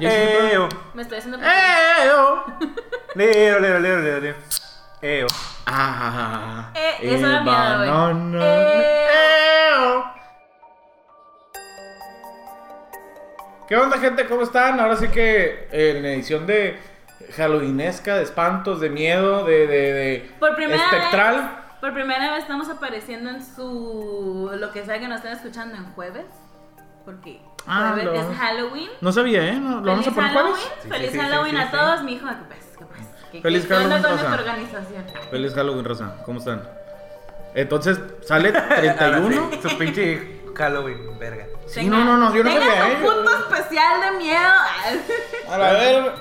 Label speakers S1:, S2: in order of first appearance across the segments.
S1: Eo.
S2: Me
S1: Eh.
S2: estoy haciendo.
S1: Eo. Leo, leo, leo, leo, leo. Eo.
S3: Ah.
S2: Eh, esa era mi edad, güey.
S1: banana.
S2: Eo.
S1: Eo. ¿Qué onda, gente? ¿Cómo están? Ahora sí que eh, en edición de Halloweenesca, de espantos, de miedo, de. de, de
S2: Por primera
S1: espectral.
S2: vez. Por primera vez estamos apareciendo en su. Lo que sea que nos estén escuchando en jueves. Porque
S1: Ah,
S2: jueves
S1: lo-
S2: es Halloween.
S1: No sabía, ¿eh? ¿No- ¿Lo vamos a
S2: Feliz
S1: poner
S2: Halloween.
S1: jueves?
S3: Sí, sí,
S2: Feliz
S3: sí, sí,
S2: Halloween
S3: sí,
S2: a
S3: sí.
S2: todos, pues, mi hijo. ¿Qué pasa? ¿Qué pasa? ¿Qué-
S1: Feliz
S2: qué- qué onda
S1: Halloween,
S2: con
S1: Rosa.
S2: nuestra organización?
S1: Feliz Halloween, Rosa. ¿Cómo están? Entonces, sale 31.
S3: Ahora sí, Su pinche Halloween, verga.
S1: Sí, no, no, no, yo no
S2: tengan
S1: sabía,
S2: su
S1: ¿eh?
S2: punto especial de miedo.
S1: A la ver.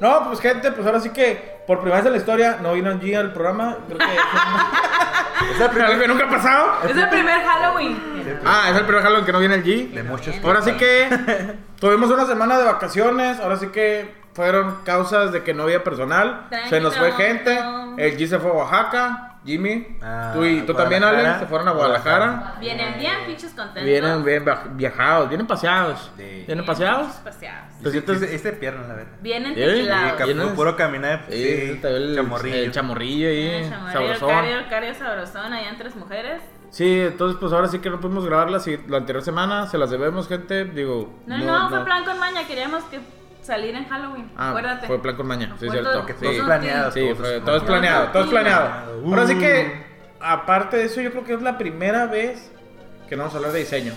S1: No, pues gente, pues ahora sí que por primera vez en la historia no vino Angie al programa. Creo que
S3: Es el
S1: algo que
S3: primer
S1: nunca ha pasado.
S2: es el primer Halloween.
S1: Ah, es el primer Halloween que no viene el
S3: de
S1: G.
S3: muchos.
S1: Ahora sí que tuvimos una semana de vacaciones. Ahora sí que fueron causas de que no había personal. Se nos fue gente. El G se fue a Oaxaca. Jimmy,
S3: Ah,
S1: tú y tú también, Ale,
S3: Guadalajara.
S1: se fueron a Guadalajara.
S2: Vienen bien, pinches contentos.
S1: Vienen bien viaj- viajados, vienen paseados.
S3: Sí.
S1: Vienen paseados.
S2: Pinches paseados.
S1: Pues
S3: Este,
S1: entonces-
S3: este, este pierna, la verdad.
S2: Vienen
S1: Vienen
S2: tequilados.
S1: bien,
S3: Puro,
S1: ¿Llenas?
S3: puro caminar.
S1: Sí, te ve el chamorrillo, el chamorrillo ahí,
S2: Ah, chamarrillo,
S1: sabrosón.
S2: Cario, el cario sabrosón, allá en tres mujeres.
S1: Sí, entonces pues ahora sí que no pudimos grabarlas y la anterior semana se las debemos, gente. Digo,
S2: No, no, fue plan con maña, queríamos que salir en Halloween.
S1: Ah,
S2: Acuérdate.
S1: fue plan con maña, sí,
S2: Fue
S1: cierto.
S2: todo-
S3: Que
S1: Sí,
S3: todos
S2: todo
S3: planeados.
S1: sí, fue- todo Uh. es planeado, todo es planeado. Ahora sí que, aparte de eso, yo creo que es la primera vez que no vamos a hablar de diseño.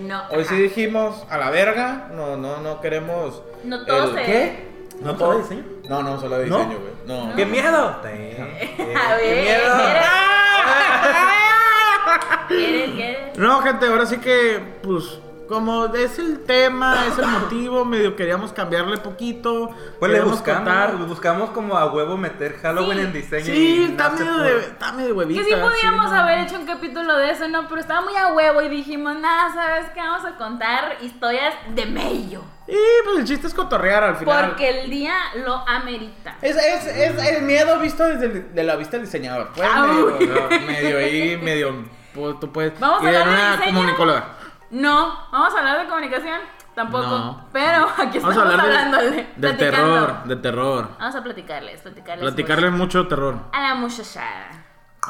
S2: No.
S1: Hoy
S2: ajá.
S1: sí dijimos a la verga, no, no, no queremos.
S2: No todo se- ¿Qué?
S1: No,
S3: todo
S1: todo
S3: de diseño?
S1: No, no vamos a hablar de
S3: ¿No?
S1: diseño, güey. No.
S3: ¡Qué miedo!
S2: A ver,
S1: Ah.
S2: ¿Quieres? ¿Quieres? ¿Quieres?
S1: No, gente, ahora sí que, pues, como es el tema, es el motivo, medio queríamos cambiarle poquito.
S3: Pues le
S1: queríamos
S3: buscamos,
S1: contar-
S3: buscamos como a huevo meter Halloween
S2: Sí.
S3: en diseño.
S1: Sí,
S3: y
S1: está
S3: no se
S1: medio,
S3: pudo.
S1: de, está medio huevita.
S2: Que sí podíamos
S1: no.
S2: haber hecho un capítulo de eso, ¿no? Pero estaba muy a huevo y dijimos, nada, ¿sabes qué? Vamos a contar historias de mello.
S1: Y pues el chiste es cotorrear al final.
S2: Porque el día lo amerita.
S1: Es, es, es el miedo visto desde el- de la vista del diseñador. Fue
S2: Ah, uy.
S1: medio, medio ahí, medio. pues, Tú puedes.
S2: Vamos a
S1: y era
S2: hablar de
S1: una
S2: diseño.
S1: comunicóloga.
S2: No, vamos a hablar de comunicación. Tampoco.
S1: No.
S2: Pero aquí
S1: Vamos
S2: estamos
S1: a hablar de-
S2: hablándole.
S1: del
S2: platicando.
S1: terror, del terror.
S2: Vamos a platicarles, platicarles.
S1: Platicarle mucho terror.
S2: pues, A la muchachada.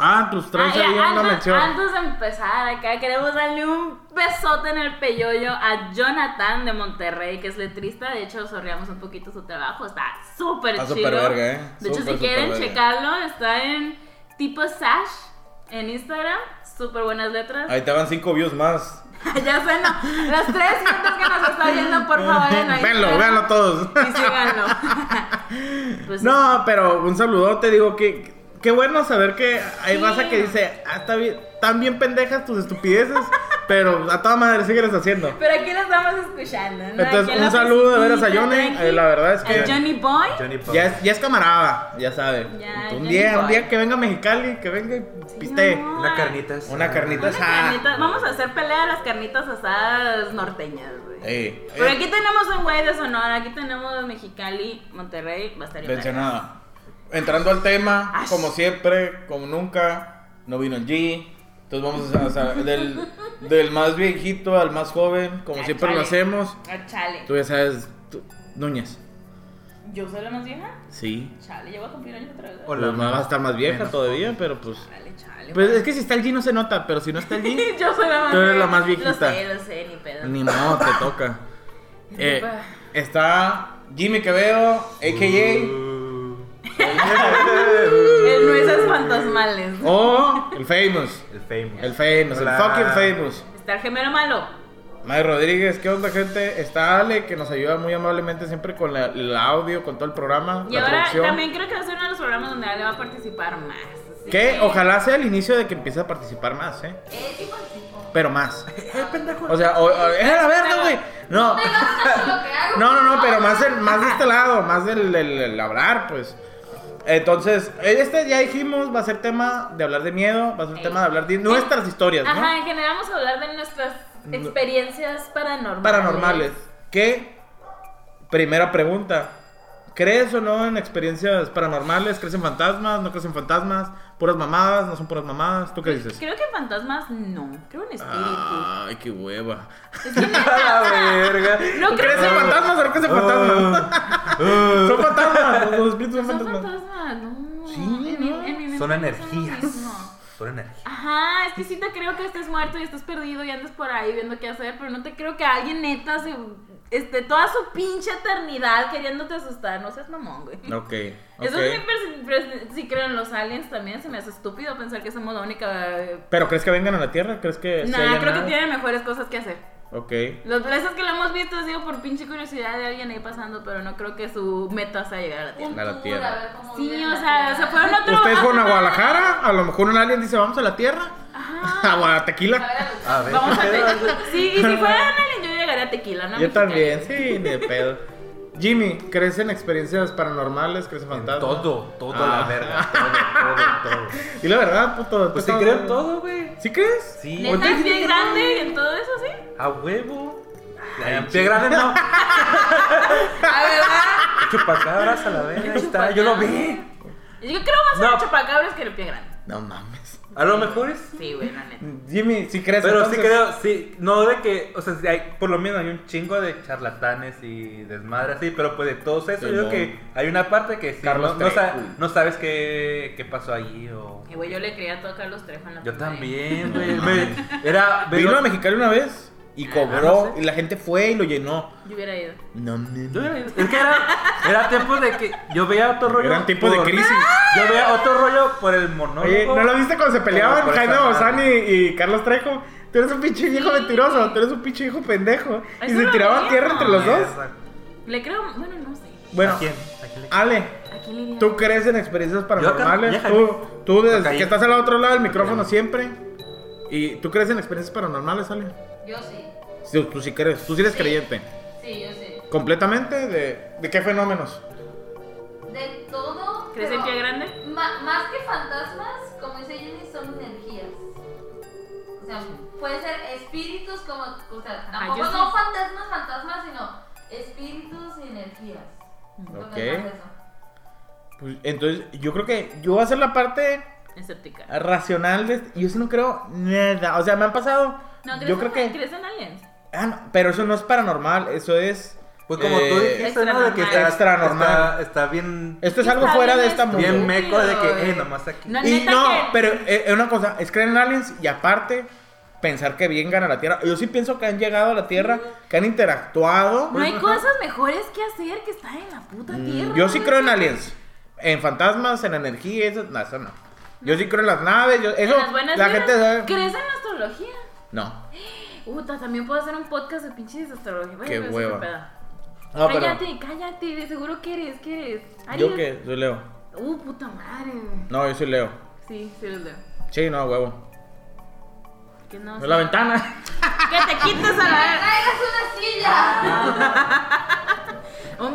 S1: Ah, pues traes
S2: Ah, ya,
S1: ahí una
S2: antes,
S1: mención.
S2: antes de empezar acá, queremos darle un besote en el peyoyo a Jonathan de Monterrey, que es letrista. De hecho, sorreamos un poquito su trabajo. Está súper
S1: Está
S2: chido.
S1: súper verga, ¿eh?
S2: De hecho,
S1: Súper,
S2: si quieren
S1: súper verga.
S2: checarlo, está en tipo Sash en Instagram. Súper buenas letras.
S1: Ahí te van cinco views más.
S2: ya sé, no. Las tres gentes que nos están viendo, por favor, en la
S1: Venlo,
S2: Instagram.
S1: véanlo todos.
S2: Y síganlo. Pues,
S1: No, pero un saludote, digo que qué bueno saber que hay
S2: Sí.
S1: raza que dice, ah, está bien, tan bien pendejas tus estupideces, pero a toda madre sigues haciendo.
S2: Pero aquí lo estamos escuchando. ¿no?
S1: Entonces,
S2: Aquí en
S1: un
S2: la
S1: saludo de veras a
S2: oficinita,
S1: Johnny,
S2: tranqui,
S1: eh, la verdad es que-
S2: A Johnny Boy.
S3: Johnny Pop.
S1: Ya es, ya es camarada, ya sabe.
S2: Ya,
S1: un
S2: ya
S1: día,
S2: llegó.
S1: un día que venga a Mexicali, que venga y piste.
S2: no.
S3: Una carnita. asada.
S1: Una carnita
S2: Unas
S1: asada.
S2: carnitas- Vamos a hacer pelea de las carnitas asadas norteñas, güey.
S1: Ey,
S2: Pero
S1: ey,
S2: aquí tenemos un güey de Sonora, aquí tenemos Mexicali, Monterrey, Bastario.
S1: mencionada. Entrando al tema,
S2: Ay.
S1: como siempre, como nunca, no vino el G. Entonces vamos a, a- del, del más viejito al más joven, como
S2: Ay,
S1: siempre lo
S2: chale.
S1: hacemos.
S2: Ah, chale.
S1: Tú ya sabes, tú- Núñez.
S2: ¿Yo soy la más vieja?
S1: Sí.
S2: Chale, yo voy a cumplir años otra vez.
S3: O
S1: La
S3: la
S1: mamá va a estar más vieja
S3: Pues menos
S1: todavía, pero pues.
S2: Chale, chale.
S1: Pues es que si está el G no se nota, pero si no está el G,
S2: yo soy la más
S1: Tú eres la más
S2: Lo
S1: viejita.
S2: sé, lo sé, ni pedo.
S1: ni modo, te toca. Eh, está Jimmy Quevedo, a.k.a.
S3: Uh,
S2: El Eh, nueces fantasmales.
S1: Oh. o el Famous.
S3: El famous.
S1: El Famous,
S3: Uh. Hola.
S1: el fucking Famous.
S2: Está el gemelo malo.
S1: May Rodríguez, ¿qué onda, gente? Está Ale, que nos ayuda muy amablemente siempre con la- el audio, con todo el programa.
S2: Y
S1: la
S2: ahora
S1: producción.
S2: también creo que va a ser uno de los programas donde Ale va a participar más. así
S1: Que
S2: que-
S1: ojalá sea el inicio de que empiece a participar más, ¿eh?
S2: Eh, tipo, tipo.
S1: Pero más.
S3: Eh, pendejo.
S1: O sea, o, o- ¡eh, la verga, güey! No.
S2: Me gusta lo que hago.
S1: No, no, no, pero más, del- más de este lado, más del, del- del hablar, pues. Entonces, este ya dijimos, va a ser tema de hablar de miedo, va a ser
S2: Ey.
S1: tema de hablar de nuestras historias, ¿no?
S2: Ajá, en general vamos a hablar de nuestras experiencias paranormales.
S1: Paranormales. ¿Qué? Primera pregunta. ¿Crees o no en experiencias paranormales? ¿Crees en fantasmas? ¿No crees en fantasmas? ¿Puras mamadas? ¿No son puras mamadas? ¿Tú Pues, qué dices? Ah,
S2: Creo que en fantasmas no. Creo en espíritus.
S1: Ay, qué hueva.
S2: Es que
S3: A la verga.
S2: no creo
S1: ¿Crees en
S2: que
S1: fantasmas o no crees en fantasmas?
S3: Oh.
S1: Son fantasmas. Los espíritus Pues son
S2: son
S1: fantasmas.
S2: fantasmas. No.
S1: Sí,
S2: En mi-
S1: ¿no?
S2: en mi mente
S3: Son
S2: no es lo
S3: energías.
S2: mismo.
S3: Son energías.
S2: Ajá, es que sí te creo que estés muerto y estás perdido y andas por ahí viendo qué hacer, pero no te creo que alguien neta se este, toda su pinche eternidad queriéndote asustar. No seas mamón, güey.
S1: Ok,
S2: Eso sí,
S1: ok.
S2: pero sí- pero sí- sí creo en los aliens también, se me hace estúpido pensar que somos la única... eh,
S1: ¿Pero crees que vengan a la Tierra? ¿Crees que se
S2: Nah,
S1: hayan
S2: creo que
S1: nada?
S2: tienen mejores cosas que hacer.
S1: Ok.
S2: Los veces que lo hemos visto ha sido por pinche curiosidad de alguien ahí pasando, pero no creo que su meta sea llegar a la Tierra.
S1: A la tierra.
S2: Sí, o sea, se fueron a otro...
S1: ¿Ustedes fueron a
S2: otro-
S1: Guadalajara? A lo mejor un alien dice, vamos a la Tierra.
S2: Ah.
S1: A Guadatequila.
S3: A ver.
S2: Vamos a ver. Sí, y si fuera alguien yo llegaría a tequila, ¿no?
S1: Yo
S2: Mexicana.
S1: también, sí, ni de pedo. Jimmy, ¿crees en experiencias paranormales? ¿Crees en
S3: En
S1: fantasmas?
S3: todo, todo
S1: Ah.
S3: la verga. Todo, todo, todo.
S1: Y la verdad, puto.
S3: Pues sí
S1: tú
S3: creo en
S1: estás-
S3: todo, güey.
S1: ¿Sí crees?
S3: Sí.
S2: ¿Neta es bien grande y en todo eso, sí?
S3: A huevo.
S1: Ay,
S3: En
S1: sí.
S3: pie grande no.
S2: La verdad.
S3: Chupacabras a la verga. Ahí está. Yo lo vi.
S2: Yo creo más en
S3: No.
S2: el chupacabras que en el pie grande.
S1: No mames.
S3: A lo mejor es.
S2: Sí, güey, la neta.
S1: Jimmy, ¿sí crees
S3: Pero sí
S1: entonces?
S3: creo, sí, no de que, o sea, sí hay, por lo menos hay un chingo de charlatanes y desmadre así, pero pues de todos eso,
S1: Sí,
S3: yo
S1: no.
S3: creo que hay una parte que sí,
S1: Carlos
S3: no, no, sa-
S1: Trejo.
S3: no sabes qué, qué pasó allí o...
S2: Y güey, yo le creía todo a Carlos Trejo en la
S3: Yo
S2: primaria.
S3: también, güey, me- era...
S1: Vino
S3: veo-
S1: a Mexicali una vez y cobró.
S3: Ah, no sé.
S1: Y la gente fue y lo llenó.
S2: Yo hubiera ido.
S1: No, no,
S3: Yo
S1: no.
S3: era- es que era, era tiempo de que yo veía otro rollo...
S1: Eran tiempos de
S3: por-
S1: crisis.
S3: Yo veía otro rollo por el monólogo.
S1: Oye, ¿no lo viste cuando se peleaban
S3: Por esa
S1: Jaime
S3: madre.
S1: Maussan y, y Carlos Trejo? Tú eres un pinche viejo
S2: Sí.
S1: mentiroso, tú eres un pinche viejo pendejo. Y
S2: Eso
S1: se
S2: lo
S1: tiraban
S2: veía.
S1: tierra entre los dos.
S3: Esa-
S2: Le creo, bueno, no sé.
S1: Bueno,
S3: ¿A quién? ¿A quién le-
S1: Ale,
S2: ¿A quién le diría?
S1: ¿tú crees en experiencias paranormales?
S3: acá,
S1: Tú, tú desde
S3: Acá,
S1: que
S3: ya.
S1: estás al otro lado del micrófono
S3: ya.
S1: siempre. ¿Y tú crees en experiencias paranormales, Ale?
S4: Yo sí.
S1: Sí, tú sí crees, tú sí eres
S4: Sí.
S1: creyente.
S4: Sí, yo sí.
S1: ¿Completamente? ¿De, de qué fenómenos?
S4: De todo.
S2: ¿Crees
S4: pero
S2: en pie grande?
S4: ma- más que fantasmas, como dice Jenny, son energías. O sea, pueden ser espíritus como. O sea, tampoco
S2: Ah, yo sí.
S4: no fantasmas, fantasmas, sino espíritus y energías.
S2: Mm.
S4: Lo que
S1: Ok.
S4: más eso.
S1: Pues, entonces, yo creo que yo voy a hacer la parte
S2: Escéptica.
S1: Ah, racional de... este, Yo sí no creo nada. O sea, me han pasado...
S2: No, ¿crees,
S1: yo
S2: en,
S1: creo que...
S2: ¿crees en aliens?
S1: Ah, no, pero eso no es paranormal, eso es.
S3: Pues como
S1: eh,
S3: tú dijiste, ¿no? De que está,
S1: extra normal.
S3: Está, está bien...
S1: Esto es
S2: Está
S1: algo
S2: bien
S1: fuera de esta
S2: estúpido,
S1: mundo.
S3: Bien meco de que,
S2: güey.
S3: eh, nomás aquí.
S2: No,
S1: Y
S2: neta
S1: no,
S2: que-
S1: pero eh, eh, una cosa, es creer en aliens y aparte pensar que vengan a la Tierra. Yo sí pienso que han llegado a la Tierra, que han interactuado.
S2: No hay cosas mejores que hacer que estar en la puta tierra.
S1: Mm, Yo sí
S2: güey.
S1: creo en aliens, en fantasmas, en energía, eso no, eso no. Yo sí creo en las naves, yo-
S2: En
S1: eso
S2: las buenas
S1: la
S2: vibras.
S1: gente sabe.
S2: ¿Crees en astrología?
S1: No.
S2: Puta, también puedo hacer un podcast de pinches astrología. Bueno,
S1: Qué
S2: pero es
S1: hueva.
S2: otro pedo.
S1: No, pero
S2: cállate, cállate, de seguro que eres, que eres. Aries.
S1: yo que soy Leo.
S2: Uh, puta madre.
S1: No, yo soy Leo.
S2: Sí, sí los leo.
S1: Sí, no, huevo.
S2: Que no.
S1: Es la ventana.
S2: Que te quites a la
S4: ¡Traigas una
S2: Ah,
S4: silla!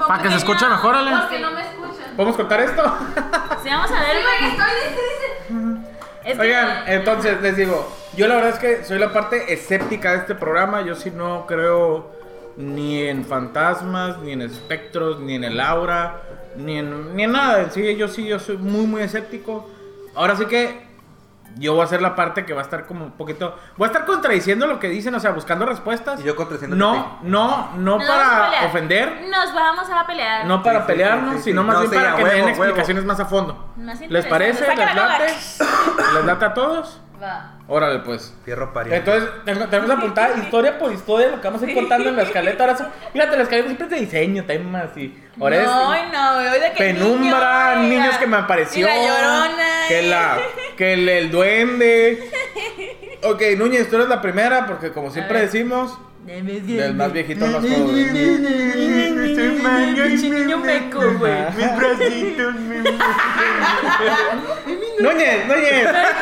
S1: Para que se escuche mejor, Ale.
S4: Porque no me escuchan.
S2: Oh.
S1: ¿Podemos cortar esto?
S2: Sí, vamos a ver,
S4: Oigan,
S2: güey.
S4: estoy dice-
S2: Es que-
S1: Oigan, eh, entonces les digo, yo la verdad es que soy la parte escéptica de este programa, yo sí no creo ni en fantasmas, ni en espectros, ni en el aura, ni en, ni en nada, en sí, yo sí, yo soy muy, muy escéptico. Ahora sí que yo voy a hacer la parte que va a estar como un poquito, voy a estar contradiciendo lo que dicen, o sea, buscando respuestas.
S3: Y yo contradiciéndote
S1: No,
S3: a
S1: no, no
S2: Nos vamos a
S1: para
S2: pelear.
S1: ofender,
S2: Nos vamos a pelear.
S1: no para
S3: sí, sí,
S1: pelearnos,
S3: sí, sí.
S1: sino más
S3: No,
S1: bien
S3: sí,
S1: para
S3: a
S1: que me den
S3: huevo, huevo.
S1: explicaciones más a fondo.
S2: Más
S1: ¿Les
S2: interesante.
S1: parece? ¿Les
S2: Saca la coca.
S1: late? ¿Les late a todos?
S4: Va.
S1: Órale, pues.
S3: Fierro pariente.
S1: Entonces, tengo- tenemos apuntada historia por historia lo que vamos a ir contando en la escaleta. Ahora son, fíjate, la escaleta siempre es de diseño, temas y. Ahora es
S2: no, ay, no, güey. Oye, que
S1: penumbra,
S2: niño,
S1: niños
S2: oiga.
S1: que me apareció.
S2: Y la llorona. eh.
S1: Que
S2: y-
S1: la. Que el, el duende. Ok, Núñez, tú eres la primera, porque como siempre
S2: ver.
S1: decimos, del más viejito más joven.
S2: Pinche niño meco, güey.
S1: Núñez, Núñez.
S2: Calzón.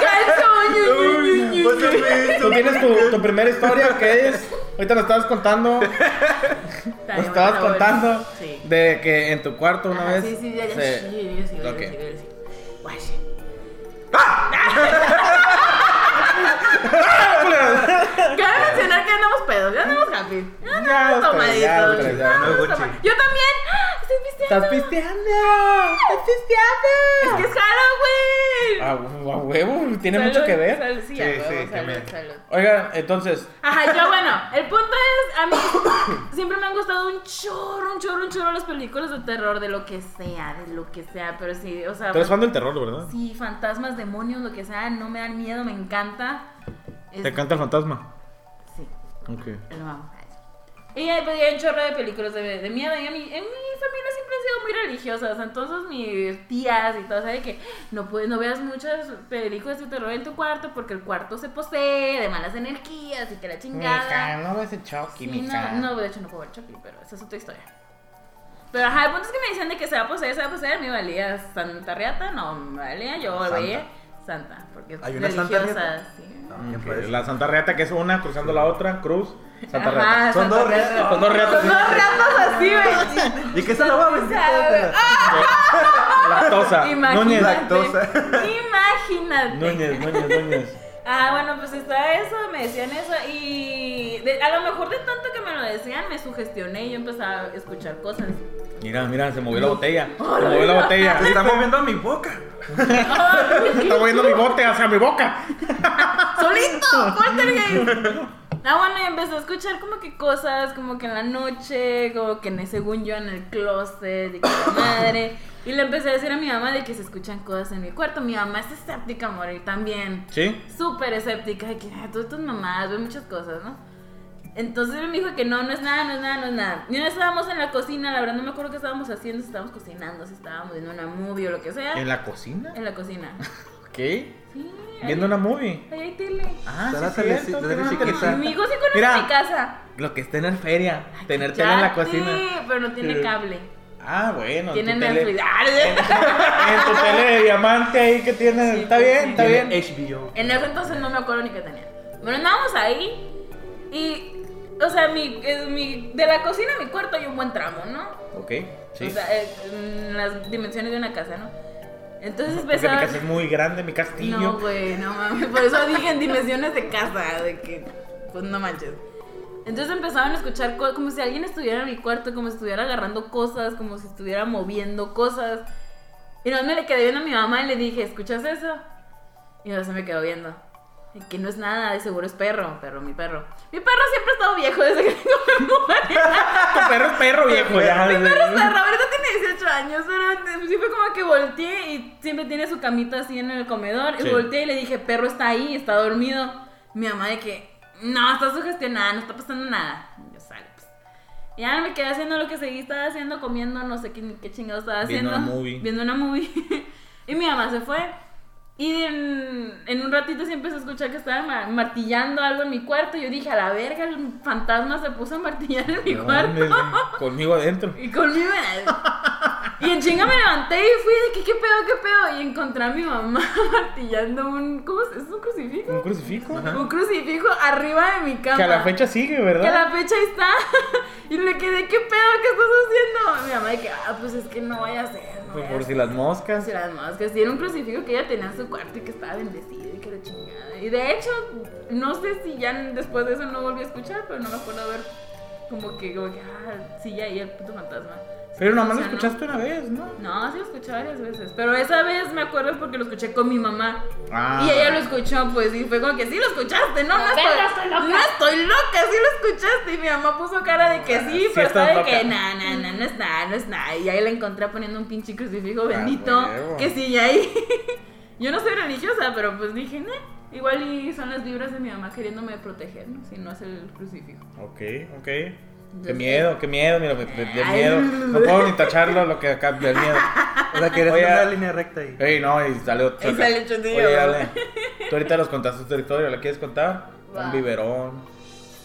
S1: Pues, Tú tienes tu, tu primera historia que es. Ahorita nos estabas contando. Nos
S2: Está bien,
S1: pues, estabas
S2: está bueno.
S1: contando.
S2: Sí.
S1: De que en tu cuarto una
S2: Ah,
S1: vez.
S2: Sí, sí, ya, ya,
S1: se-
S2: sí, ya, sí, ya,
S1: Ok. Ah.
S2: ya, sí, ya, sí. Guay, sí. Cabe mencionar que andamos pedos, ya andamos happy. Ya
S1: Ya,
S2: andamos
S1: pero ya,
S2: tomaditos.
S1: pero ya,
S2: ya andamos
S3: no, Gucci.
S2: toma- Yo también. ¡Ah! ¿Ustedes viste
S1: ¡Estás pisteando! ¡Estás
S2: Es que
S1: pisteando!
S2: es Halloween.
S1: A, Ah, hu- a huevo, tiene
S2: Salud,
S1: mucho que ver.
S2: salud, sí, a
S3: Sí,
S2: huevo,
S3: sí,
S2: salud,
S3: también.
S2: salud.
S1: Oigan, entonces,
S2: Ajá, yo bueno, el punto es, a mí siempre me han gustado un chorro, un chorro, un chorro las películas de terror, de lo que sea, de lo que sea, pero sí, o sea,
S1: tú eres fan del terror, ¿verdad?
S2: sí, fantasmas, demonios, lo que sea, no me dan miedo, me encanta. Es-
S1: Te encanta el fantasma.
S2: Sí,
S1: Ok.
S2: lo amo. Y eh, pues, hay un chorro de películas de, de miedo, y a mí, en mi familia siempre han sido muy religiosas, entonces mis tías y todo, ¿sabes? Que no, puedes, no veas muchas películas de terror en tu cuarto porque el cuarto se posee de malas energías y que la chingada.
S1: no ves el Chucky,
S2: Sí, no, no, de hecho no puedo ver Chucky, pero esa es otra historia. Pero ajá, el punto es que me decían de que se va a poseer, se va a poseer, me valía Santa Riata, no, me valía, yo
S3: Santa.
S2: veía Santa, porque es
S3: ¿Hay una Santa
S2: religiosa,
S3: Riata?
S2: sí.
S1: La Santa Reata, que es una cruzando la otra, cruz, Santa
S2: Ajá,
S1: Reata.
S3: Son
S2: Santa
S3: dos
S2: Riata.
S3: reatas.
S1: Son dos reatas.
S2: Son dos ratas así, güey.
S3: ¿Y qué se la va a vender?
S1: Lactosa.
S2: Imagínate.
S1: Núñez.
S3: Lactosa.
S2: Imagínate.
S1: Núñez, Núñez, Núñez.
S2: Ah, bueno, pues estaba eso, me decían eso y de- a lo mejor de tanto que me lo decían, me sugestioné y yo empezaba a escuchar cosas.
S1: Mira, mira, se movió la botella. Se movió la botella.
S3: Se está moviendo a mi boca.
S1: Se está moviendo mi bote hacia mi boca.
S2: ¡Solito! ¡Poltergeist! Ah, bueno, y empecé a escuchar como que cosas, como que en la noche, como que en- según yo en el closet, y que la madre. Y le empecé a decir a mi mamá de que se escuchan cosas en mi cuarto. Mi mamá es escéptica, morir también.
S1: ¿Sí?
S2: Súper escéptica, de que "Ah, todas tus mamás ven muchas cosas, ¿no? Entonces él me dijo que no, no es nada, no es nada, no es nada. Y no estábamos en la cocina, la verdad no me acuerdo qué estábamos haciendo, si estábamos cocinando, si estábamos viendo una movie o lo que sea.
S1: ¿En la cocina?
S2: En la cocina.
S1: ¿Qué?
S2: Sí. ahí-
S1: Viendo una movie.
S2: ahí hay tele.
S1: Ah,
S3: Sara
S1: sí,
S3: sale-
S1: cierto,
S3: sale
S1: tiene una
S3: chiquita.
S1: televisión.
S2: Amigos sí conocen
S1: Mira.
S2: mi casa.
S1: Lo que está en la feria, tener
S2: Ya
S1: tele en la
S2: sí,
S1: cocina.
S2: pero no tiene cable.
S1: Ah, bueno.
S2: Tiene
S1: en tu tele-
S2: Netflix. ¡Ah!
S1: En tu tele de diamante ahí que tienes.
S2: Sí,
S1: está
S2: pues,
S1: bien,
S2: sí.
S1: está bien.
S3: HBO.
S2: En ese entonces no me acuerdo ni qué tenía. Bueno, andábamos ahí y, o sea, mi, eh, mi- de la cocina a mi cuarto hay un buen tramo, ¿no?
S1: Ok,
S2: O
S1: sí.
S2: sea, eh, mm, las dimensiones de una casa, ¿no? Entonces
S1: Porque mi
S2: empezaba...
S1: casa es muy grande, mi castillo.
S2: No, güey, no mames. Por eso dije en dimensiones de casa, de que, pues no manches. Entonces empezaban a escuchar co- como si alguien estuviera en mi cuarto, como si estuviera agarrando cosas, como si estuviera moviendo cosas. Y no me le quedé viendo a mi mamá y le dije, ¿escuchas eso? Y ahora se me quedó viendo. Y Que no es nada, de seguro es perro, perro, mi perro. Mi perro siempre ha estado viejo desde que tengo memoria.
S1: Tu perro es perro, viejo. ya.
S2: Mi perro es perro, ahorita tiene 18 años, pero sí fue como que volteé y siempre tiene su camita así en el comedor.
S1: Sí.
S2: Y volteé y le dije, perro está ahí, está dormido. Mi mamá de que, no, está sugestionada, no está pasando nada. Y yo sale, pues. Y Ya me quedé haciendo lo que seguí, estaba haciendo, comiendo, no sé qué, qué chingados estaba
S1: Viendo
S2: haciendo.
S1: una movie.
S2: Viendo una movie. y mi mamá se fue. Y en, en un ratito sí empecé a escuchar que estaban ma- martillando algo en mi cuarto. Yo dije, a la verga, el fantasma se puso a martillar en mi
S1: No,
S2: cuarto.
S1: hombre, Conmigo adentro.
S2: Y conmigo Y en chinga me levanté y fui de que qué pedo, qué pedo. Y encontré a mi mamá martillando un. ¿Cómo se- es? un crucifijo?
S1: Un crucifijo.
S2: Un crucifijo arriba de mi cama.
S1: Que a la fecha sigue,
S2: Que a
S1: ¿verdad?
S2: la fecha ahí está. Y le quedé, ¿qué pedo? ¿Qué estás haciendo? Mi mamá de que, ah, pues es que no vaya a ser. No
S1: Por-
S2: vaya a
S1: Pues Por si
S2: ser".
S1: las moscas.
S2: Si las moscas. Y era un crucifijo que ella tenía en su cuarto y que estaba bendecido y que era chingada. Y de hecho, no sé si ya después de eso no volví a escuchar, pero no me acuerdo ver como que, como que, ah, sí, ya ahí el puto fantasma. Sí,
S1: Pero nomás lo
S2: o sea, no.
S1: escuchaste una vez, ¿no?
S2: No, sí lo escuché varias veces. Pero esa vez me acuerdo porque lo escuché con mi mamá.
S1: Ah.
S2: Y ella lo escuchó, pues, y fue como que sí lo escuchaste, no, no
S4: Verga,
S2: estoy,
S4: estoy loca.
S2: no estoy loca, sí lo escuchaste. Y mi mamá puso cara de que sí,
S1: Sí
S2: pero
S1: estás
S2: sabe
S1: loca.
S2: que no, no, no, no es nada, no es nada. Y ahí la encontré poniendo un pinche crucifijo bendito
S1: Ah, huevo.
S2: que sigue ahí. Yo no soy religiosa, pero pues dije, no, igual y son las vibras de mi mamá queriéndome proteger, ¿no? Si no es el crucifijo.
S1: Ok, ok. Qué miedo, qué miedo, mira, me, me- del
S2: Ay.
S1: miedo. No puedo ni tacharlo lo que acá del miedo.
S3: O sea, que eres
S1: Oye.
S3: una línea recta ahí.
S1: Ey, no, y sale otro.
S2: Y sale chundillo.
S1: Oye, Ale, tú ahorita nos contaste tu historia, ¿la quieres contar?
S4: Va.
S1: Un biberón.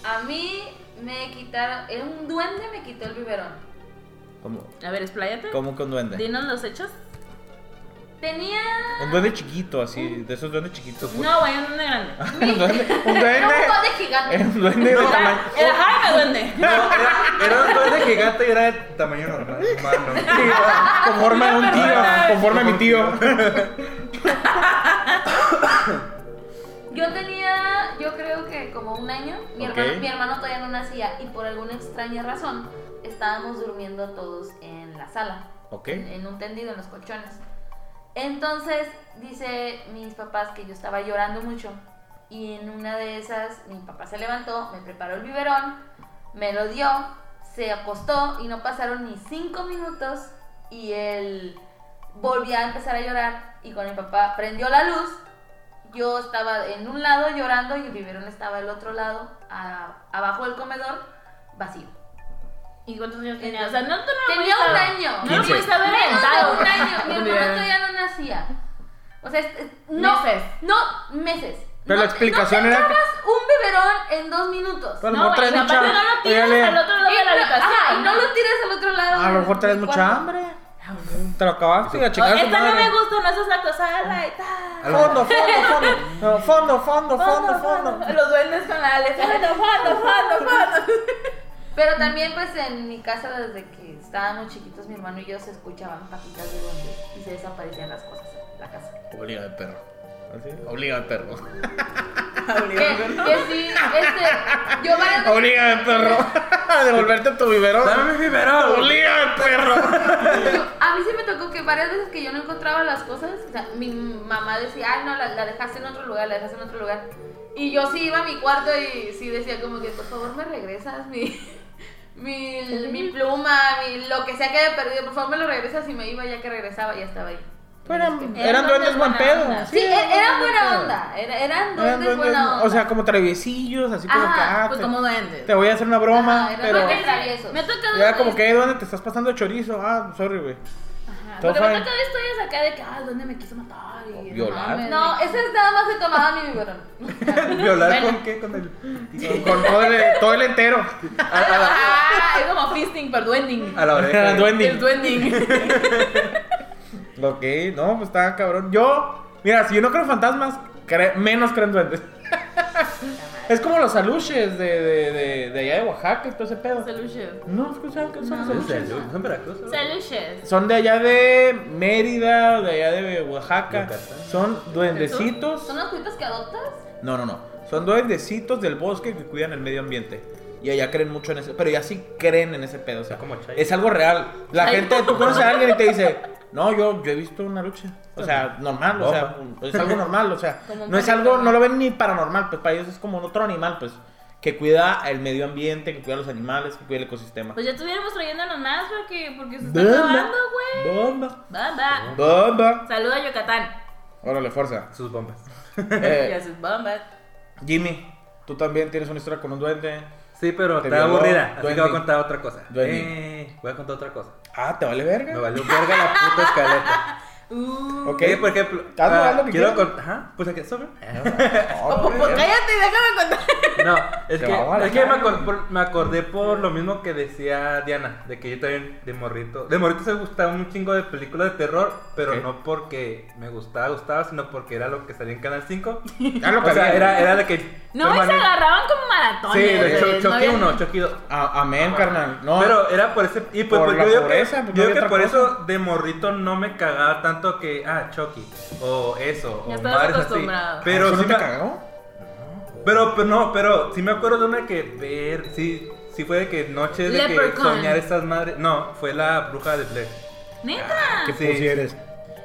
S4: A mí me quitaron, eh, un duende me quitó el biberón.
S1: ¿Cómo,
S2: A ver, expláyate.
S1: cómo que un duende?
S2: Dinos los hechos.
S4: Tenía,
S1: Un duende chiquito, así, de esos duendes chiquitos. güey.
S2: No, vaya, un grande.
S1: un duende. Un
S4: era un
S1: duende.
S4: duende gigante.
S1: Un duende de tamaño.
S2: Era- Era Jaime Duende.
S3: Era, era un duende gigante y era de tamaño normal. Humano.
S1: Conforme a un tío, conforme a mi tío.
S4: Yo tenía, yo creo que como un año, mi,
S1: Ok.
S4: hermano, mi hermano todavía no nacía y por alguna extraña razón estábamos durmiendo todos en la sala.
S1: Ok.
S4: en, en un tendido, en los colchones. Entonces, dice mis papás que yo estaba llorando mucho. Y en una de esas, mi papá se levantó, me preparó el biberón, me lo dio, se acostó y no pasaron ni cinco minutos. Y él volvía a empezar a llorar. Y con mi papá prendió la luz. Yo estaba en un lado llorando y el biberón estaba al otro lado, a- abajo del comedor, vacío.
S2: ¿Y cuántos años tenía? O sea, no, tú no lo
S4: Tenía
S2: pudiste
S4: un
S2: haber-
S4: año.
S2: No pues, lo
S1: Quince.
S2: pudiste haber
S4: Menos
S2: aventado.
S4: de un año. Mi
S2: Muy
S4: hermano
S2: bien.
S4: todavía no nacía. O sea, es- es- no.
S2: Meses.
S4: No, meses.
S1: Pero
S4: No
S1: la
S4: te-
S1: explicación
S4: no te
S1: era que-
S4: acabas un biberón en dos minutos.
S1: Pero a lo
S2: No,
S1: mejor
S2: güey,
S1: traes
S2: capaz que Pues, no
S1: mucha.
S2: lo tiras al
S1: Óyale,
S2: otro lado de la
S4: Y no- ajá, y
S2: habitación.
S4: no lo tiras al otro lado.
S1: A lo mejor traes
S4: del
S1: mucha
S4: cuarto.
S1: hambre. Te lo acabaste y a chingar a su
S2: Oh, Esta no
S1: madre.
S2: me gusta, no es la cosa. ala, y tal.
S3: A lo
S1: Fondo, fondo, fondo. No, Fondo, fondo, fondo, fondo. Pues,
S2: Los duendes con la Ale. Fondo, fondo, fondo, fondo.
S4: Pero también, pues en mi casa, desde que estábamos chiquitos, mi hermano y yo se escuchaban patitas de duendes y se desaparecían las cosas en la casa.
S1: Obliga de perro. ¿Ah, Obliga de perro.
S4: Que, que sí, este. Yo varias veces-
S1: Obliga de perro. A Devolverte tu biberón.
S3: Dame mi biberón.
S1: Obliga de perro.
S4: Yo- a mí sí me tocó que varias veces que yo no encontraba las cosas, o sea, mi mamá decía, ay, no, la, la dejaste en otro lugar, la dejaste en otro lugar. Y yo sí iba a mi cuarto y sí decía como que, por favor, me regresas mi, mi, mi pluma, mi, lo que sea que haya perdido, por favor, me lo regresas y me iba ya que regresaba y ya estaba ahí.
S1: Pero eran, eran duendes buen
S2: buena
S1: pedo.
S2: onda.
S4: Sí, e-
S1: eran
S4: eran buena
S1: pedo.
S4: onda, era- eran
S1: Eran
S4: duendes buena onda.
S1: O sea, como traviesillos, así como que.
S4: Ajá,
S1: ah,
S2: Pues
S1: te-
S2: como duendes.
S1: Te voy a hacer una broma,
S4: Ajá, era
S1: pero.
S4: duendes traviesos.
S2: Me ha tocado.
S1: Ya como que, ¿dónde te estás pasando de chorizo? Ah, sorry, güey.
S2: Ajá,
S1: Todo
S2: Porque me
S1: fine.
S2: ha tocado historias acá de que, ah, ¿dónde me quiso matar? Y,
S1: Violar.
S2: mames,
S4: No,
S2: me-
S4: ese es nada más se tomaba mi biberón.
S3: ¿Violar
S2: Bueno.
S3: con qué? Con el.
S1: Con, con todo, el, todo el entero.
S3: A, a la,
S2: Ah, es como fisting, pero duending.
S1: Ah,
S3: a la oreja.
S1: Era duende.
S2: El duending.
S1: Ok, no, pues está cabrón. Yo, mira, si yo no creo en fantasmas, cre- menos creo en duendes. es como los aluches de, de, de, de allá de Oaxaca y todo ese pedo.
S2: Solutions.
S1: No, escucharon que son
S2: No.
S1: los
S3: Son
S1: aluches.
S3: Veracruz, son Veracruz, ¿no?
S2: Solutions.
S1: Son de allá de Mérida, de allá de Oaxaca.
S3: Yucatán.
S1: Son duendecitos.
S4: ¿Son los cuitos que adoptas?
S1: No, no, no. Son duendecitos del bosque que cuidan el medio ambiente. Y allá creen mucho en eso. Pero ya sí creen en ese pedo. O sea,
S3: Está como Chayo.
S1: es algo real. La
S2: Ay,
S1: gente,
S2: no.
S1: tú conoces a alguien y te dice, no, yo, yo he visto una lucha. O sea, normal, o sea, es algo normal. O sea,
S2: Como un
S1: no es
S2: perrito.
S1: algo, no lo ven ni paranormal. Pues para ellos es como otro animal, pues. Que cuida el medio ambiente, que cuida los animales, que cuida el ecosistema.
S2: Pues ya estuviéramos trayéndonos más porque, porque se está
S1: Bomba.
S2: acabando, güey.
S1: Bomba.
S2: Bamba.
S1: Bomba.
S2: Saluda a Yucatán.
S1: Órale, fuerza.
S3: Sus bombas.
S2: Y a
S1: Eh,
S2: sus bombas.
S1: Jimmy, tú también tienes una historia con un duende.
S3: Sí, pero
S1: Te
S3: está
S1: violó
S3: aburrida. Así que
S1: duende.
S3: voy a contar otra cosa.
S1: Duende.
S3: Eh, voy a contar otra cosa.
S1: Ah, ¿te vale verga?
S3: Me valió verga la puta escaleta.
S2: Uh.
S1: Ok. pues,
S3: Ok, por ejemplo.
S1: Haz
S3: ah,
S1: lo que
S3: quiero
S1: quieras.
S3: contar. Ajá, pues aquí sobre.
S1: No,
S2: Pues, pues, cállate, déjame contar.
S3: No, es
S1: Te
S3: que,
S1: va a valer
S3: es que me,
S1: madre.
S3: acor- por- me acordé por lo mismo que decía Diana, de que yo también de morrito. De morrito se gustaba un chingo de películas de terror, pero
S1: Ok.
S3: no porque me gustaba, gustaba, sino porque era lo que salía en Canal 5.
S1: Ah, lo
S3: o sea,
S1: cambié.
S3: era, era de que.
S2: No, y se
S3: permane-
S2: agarraban como
S3: Sí,
S2: maratones. güey,
S3: de cho-
S2: no
S3: Chucky
S2: había-
S3: 1, Chucky 2.
S1: A- amén, carnal. No,
S3: Pero era por ese. Y pues,
S1: Por
S3: pues,
S1: la
S3: yo digo
S1: pobreza,
S3: que,
S1: pues,
S3: yo
S1: no
S3: digo que
S1: había
S3: por
S1: otra
S3: eso de morrito no me cagaba tanto que. Ah, Chucky. O eso.
S2: Ya
S3: o
S2: estabas
S3: madres así.
S2: acostumbrado.
S1: Ah, ¿eso
S3: Pero
S1: no
S3: sí
S1: te
S3: me,
S1: cagó?
S3: Pero, pero no, pero sí me acuerdo de una que ver, sí, sí fue de que noche de que
S2: Leprechaun.
S3: soñar estas madres. No, fue la bruja de Blair.
S2: Neta.
S1: ¿Qué
S3: Sí.
S1: pusieres?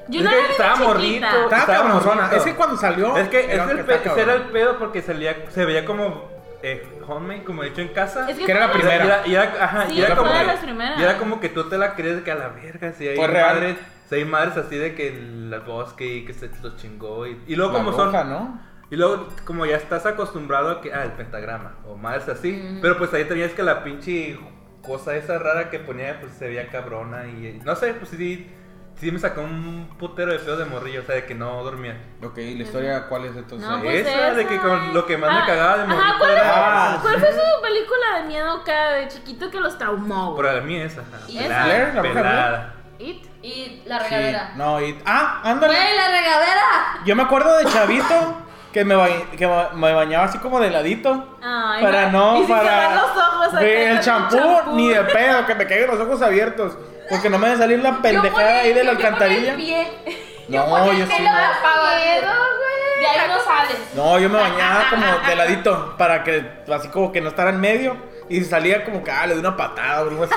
S2: Yo
S3: Es
S2: no era
S3: que
S2: bien
S3: estaba
S2: chiquita.
S3: morrito.
S1: Estaba
S3: Estaba
S1: cabronzona.
S3: bonito.
S1: Es que cuando salió.
S3: es
S1: era
S3: que ese,
S1: que
S3: era el
S1: estaba
S3: pe- ese era el
S1: cabrón.
S3: pedo porque salía, se veía como eh, homemade, como hecho en casa.
S2: Es
S1: Que era la
S2: fue-
S1: primera.
S3: Y era, y era- ajá,
S2: Sí,
S3: y era
S1: fue
S3: como
S1: de
S3: que,
S2: las primeras.
S3: y era como que tú te la crees de que a la verga, si hay
S1: Fue real.
S3: madres, si hay madres así de que el, el bosque y que se los chingó y, y luego
S1: La
S3: como
S1: bruja,
S3: son
S1: ¿no?
S3: Y luego, como ya estás acostumbrado a que, ah, el pentagrama, o más así. Pero pues ahí tenías que la pinche cosa esa rara que ponía, pues se veía cabrona y eh, no sé, pues sí, sí me sacó un putero de pedo de morrillo, o sea, de que no dormía.
S1: Ok, ¿y la historia cuál es entonces?
S2: No,
S1: ahí?
S2: pues Ah,
S3: Esa, de que con lo que más me cagaba de
S2: Ajá,
S3: morrito
S2: ¿cuál,
S3: era-
S2: fue-
S1: Ah.
S2: ¿cuál fue su película de miedo acá de chiquito que los traumó?
S3: Pero
S2: güey?
S3: a mí esa, ajá,
S2: ¿Y
S3: pelada,
S1: Blair, la mujer
S3: pelada.
S2: It.
S4: Y la
S1: Sí,
S4: regadera.
S1: No, y. Ah, ándale.
S4: ¡Güey, la regadera!
S1: Yo me acuerdo de Chavito que me, ba- que ba- me bañaba así como de ladito.
S2: Ay,
S1: para
S2: no.
S1: no,
S2: Y sin
S1: para.
S2: cerrar los ojos acá,
S1: Ve,
S2: con
S1: el
S2: un
S1: champú,
S2: champú.
S1: ni de pedo, que me caigan los ojos abiertos. Porque no me va a salir la pendejada ahí de la alcantarilla. No, yo sí.
S4: No, miedo, De ahí no sales.
S1: No, yo me bañaba como de ladito para que así como que no estara en medio y salía como que ah, le doy una patada o algo así.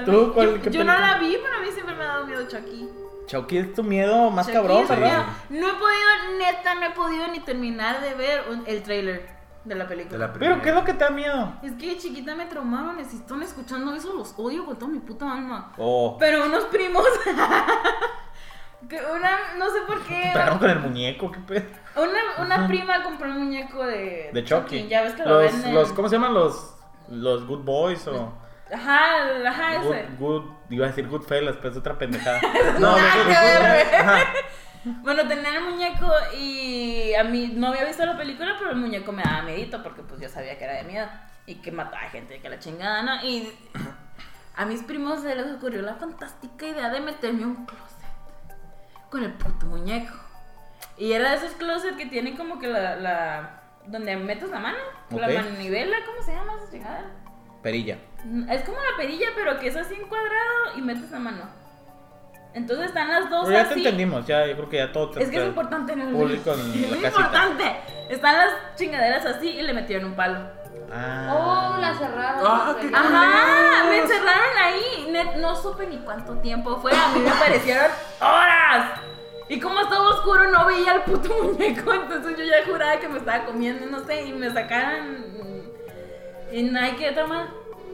S2: A
S1: ¿Tú
S2: mí-
S1: cuál-
S2: yo,
S1: qué
S2: yo no
S1: película?
S2: la vi, pero a mí siempre me ha dado miedo Chucky.
S1: Chucky es tu miedo más
S2: Chucky
S1: cabrón,
S2: es
S1: ¿verdad?
S2: miedo. No he podido, neta, no he podido ni terminar de ver un- el trailer de la película.
S3: De la
S1: Pero ¿qué es
S3: primera.
S1: lo que te da miedo?
S2: Es que de chiquita me traumaron, y si están escuchando eso los odio con toda mi puta alma.
S1: Oh,
S2: Pero unos primos. que una, no sé por qué.
S1: perro con el muñeco, qué pedo.
S2: Una, una prima compró un muñeco de.
S1: De Chucky.
S2: Ya ves que lo
S1: los,
S2: venden.
S1: los, ¿Cómo se llaman los, los Good Boys o
S2: Ajá, ajá,
S1: good,
S2: Ah, ese.
S1: good, iba a decir Good Fellas, pero es otra pendejada.
S2: Nada
S1: no,
S2: que
S1: no,
S2: ver, güey.
S1: ajá.
S2: Bueno, tenía el muñeco y a mí no había visto la película, pero el muñeco me daba miedito porque pues yo sabía que era de miedo y que mataba gente, que la chingada, ¿no? Y a mis primos se les ocurrió la fantástica idea de meterme a un closet con el puto muñeco. Y era de esos closets que tienen como que la... la donde metes la mano,
S1: Ok.
S2: la manivela, ¿cómo se llama esa chingada?
S1: Perilla.
S2: Es como la perilla, pero que es así encuadrado y metes la mano. Entonces están las dos
S1: Pero ya te
S2: así.
S1: entendimos, ya, yo creo que ya todo te-
S2: Es que es
S1: te-
S2: importante en el
S1: Público en
S2: Es
S1: la
S2: muy
S1: casita.
S2: importante. Están las chingaderas así y le metieron un palo.
S1: Ah.
S4: Oh, la cerraron.
S3: Ah,
S4: güey.
S3: qué
S4: Ah,
S2: Ajá, me encerraron ahí. Ne- No supe ni cuánto tiempo fue. A mí me parecieron horas. Y como estaba oscuro, no veía al puto muñeco. Entonces yo ya juraba que me estaba comiendo, no sé. Y me sacaron. Y no hay que tomar.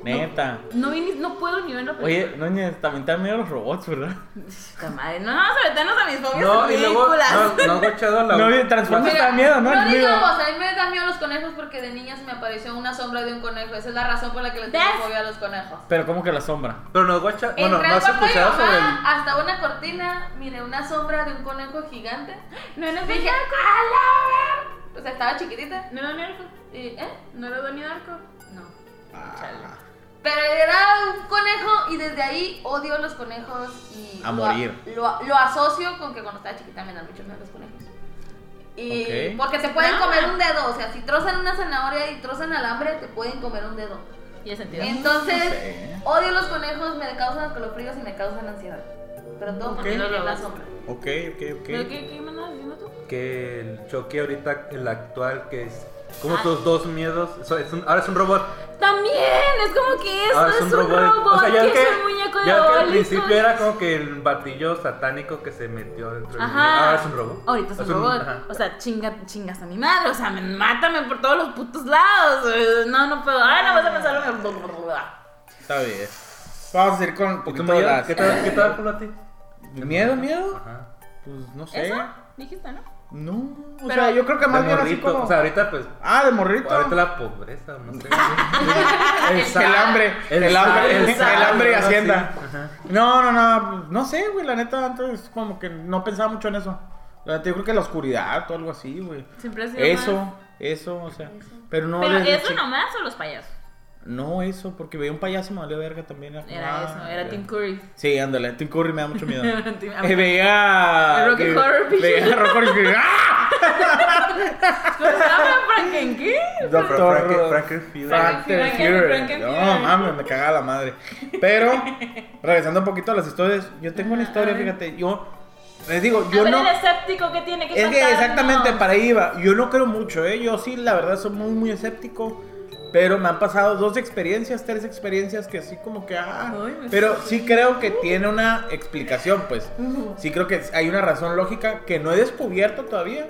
S1: Neta.
S2: No, vi ni- no puedo ni ver la película.
S1: Oye, Núñez, también te dan miedo los robots, ¿verdad?
S2: Puta madre. No, vamos a meternos a mis fobias
S3: No, y luego.
S2: ridículas.
S3: No, no, gochado la.
S1: No, oye, Transformers te
S4: mira,
S1: da miedo, ¿no? El ruido.
S4: digamos, a mí me da miedo los conejos porque de niña se me apareció una sombra de un conejo. Esa es la razón por la que les tengo
S2: ¿Ves?
S4: fobia a los conejos.
S1: Pero como que la sombra.
S3: Pero no, gocha. Bueno,
S4: Entré
S3: no
S4: al
S3: has
S4: cuarto de mi
S3: escuchado sobre
S4: mamá,
S3: el.
S4: hasta una cortina, miré una sombra de un conejo gigante.
S2: No era
S4: Dije,
S2: Donnie Darko.
S4: ¡a la ver-". O sea, estaba chiquitita.
S2: No era Donnie Darko.
S4: Y, ¿eh?
S2: No era Donnie Darko.
S4: No.
S1: Ah,
S4: Pero era un conejo y desde ahí odio a los conejos y
S1: A
S4: lo,
S1: morir.
S4: Lo, lo asocio con que cuando estaba chiquita me dan mucho miedo los conejos. Y
S1: Ok.
S4: porque te pueden
S2: Ah.
S4: comer un dedo, o sea, si trozan una zanahoria y trozan alambre, te pueden comer un dedo.
S2: Y el sentido.
S4: Entonces,
S1: no sé.
S4: odio los conejos, me causan escalofríos y me causan ansiedad. Pero todo porque
S1: Ok.
S4: no la sombra.
S1: Ok, ok, ok.
S2: ¿Pero qué, qué me andabas diciendo tú?
S3: Que el choque ahorita, el actual, que es. Como tus dos miedos. so- es un- ahora es un robot.
S2: También, es como que esto
S3: Ahora
S2: es un robot,
S3: O sea, ya
S2: que
S3: ves
S2: es
S3: que.
S2: un muñeco de
S3: ya ves que al
S2: Oli,
S3: principio
S2: soy-
S3: era como que el batillo satánico que se metió dentro del muñeco.
S2: Ajá.
S3: Ahora Ah, es un robot.
S2: Ahorita es un robot.
S3: ajá.
S2: O sea, chinga, chingas a mi madre. O sea, me- mátame por todos los putos lados. eh, No, no puedo. Ah, no vas a pensar lo mismo.
S1: Está bien. Vamos a ir con un
S3: ¿Y tu
S1: poquito de
S3: miedo?
S1: las-
S3: ¿Qué tal, qué tal, Pablo, a ti?
S1: ¿Miedo, miedo?
S3: Ajá.
S1: Pues no sé.
S2: ¿Eso? Dijiste, ¿no?
S1: No. O
S2: Pero-
S1: sea, yo creo que más
S3: De
S1: bien así
S3: morrito,
S1: como.
S3: O sea, ahorita pues.
S1: Ah, de morrito.
S3: Ahorita la pobreza, no sé.
S1: Ah, El, el hambre, el,
S3: El sal,
S1: hambre,
S3: el
S1: el,
S3: sal,
S1: hambre y
S3: algo así.
S1: hacienda.
S3: Ajá.
S1: No, no, no, pues, no sé, güey, la neta antes como que no pensaba mucho en eso. La neta yo creo que la oscuridad o algo así, güey.
S2: Siempre ha sido más.
S1: Eso, eso, o sea, pero no
S2: ¿Pero
S1: desde
S2: eso
S1: chi-
S2: nomás o los payasos?
S1: No, eso, porque veía un payaso y me valió verga también.
S2: Era
S1: Ah,
S2: eso, era
S1: ya.
S2: Tim Curry.
S1: Sí, ándale, Tim Curry me da mucho miedo.
S2: Tim- a mí
S1: Eh, veía
S2: El Rocky
S1: ve-
S2: Horror Picture
S1: Veía Rocky Horror Picture- ¡Ah!
S2: ¿Cómo se llama? ¿Franken qué?
S1: Doctor
S3: Frankenfield.
S1: Frank and
S2: Frank and Fury,
S1: Fury.
S2: Frank and
S1: No,
S2: Fury.
S1: mames, me cagaba la madre. Pero, regresando un poquito a las historias, yo tengo una
S2: Ajá,
S1: historia,
S2: a ver. Ah,
S1: fíjate, yo les digo,
S2: Yo
S1: yo no...
S2: el escéptico que tiene que
S1: Es que
S2: contarnos.
S1: exactamente para ahí iba. Yo no creo mucho, ¿eh? Yo sí, la verdad, soy muy, muy escéptico. Pero me han pasado dos experiencias, tres experiencias que así como que, ah,
S2: Ay, me
S1: pero sí creo que tiene una explicación, pues. Sí creo que hay una razón lógica que no he descubierto todavía.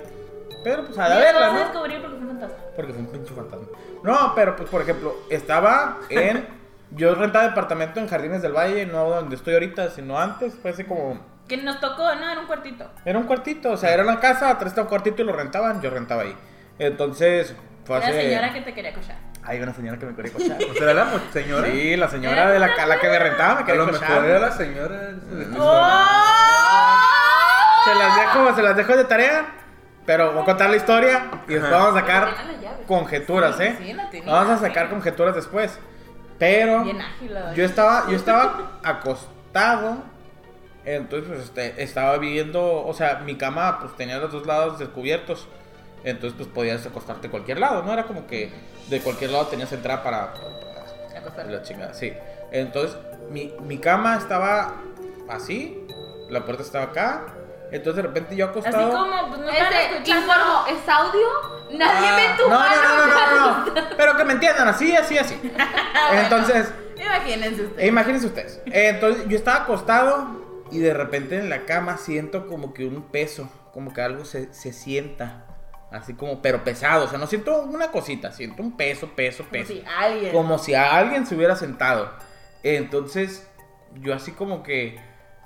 S1: Pero pues a la
S2: Yo lo
S1: verla,
S2: vas a
S1: ¿no?
S2: descubrir porque fue fantasma.
S1: Porque fue un pinche fantasma. No, pero pues por ejemplo, estaba en. Yo rentaba departamento en Jardines del Valle, no donde estoy ahorita, sino antes, fue hace como.
S2: Que nos tocó, ¿no? Era un cuartito.
S1: Era un cuartito, o sea, era una casa, atrás estaba un cuartito y lo rentaban, yo rentaba ahí. Entonces, fue
S2: Era
S1: hace.
S2: la señora que te quería cochar.
S1: Hay una señora que me quería cochar.
S3: O sea, la mo- señora.
S1: sí, la señora de la, ca- la que me rentaba me
S3: A
S1: quería
S3: lo mejor era
S1: cochar.
S3: la señora.
S2: ¡Oh!
S1: Se las dejo, se las dejo de tarea, pero voy a contar la historia y después
S3: Ajá.
S1: vamos a sacar
S4: Tenía la llave.
S1: conjeturas,
S2: Sí,
S1: ¿eh?
S2: sí, la tenía,
S1: Vamos a
S2: sí.
S1: sacar conjeturas después. Pero.
S2: Bien ágil la doña.
S1: Yo estaba, yo estaba acostado, entonces pues este, estaba viendo, o sea, mi cama pues tenía los dos lados descubiertos, entonces pues podías acostarte a cualquier lado, no era como que de cualquier lado tenías entrada para, para- para la chingada, sí. Entonces mi, mi cama estaba así, la puerta estaba acá, entonces de repente yo
S2: Así
S1: acostado...
S2: como, pues no están
S4: Este,
S2: escuchando.
S4: informo, ¿es audio? Nadie
S1: Ah,
S4: me tuvo.
S1: no, no, no, no, no, no, pero que me entiendan, así, así, así. Entonces...
S2: Iba Imagínense
S1: E
S2: ustedes.
S1: imagínense ustedes. Eh, Entonces, yo estaba acostado y de repente en la cama siento como que un peso, como que algo se, se sienta. Así como, pero pesado. O sea, no siento una cosita, siento un peso, peso,
S2: Como
S1: peso.
S2: si alguien.
S1: Como si a alguien se hubiera sentado. Entonces, yo así como que,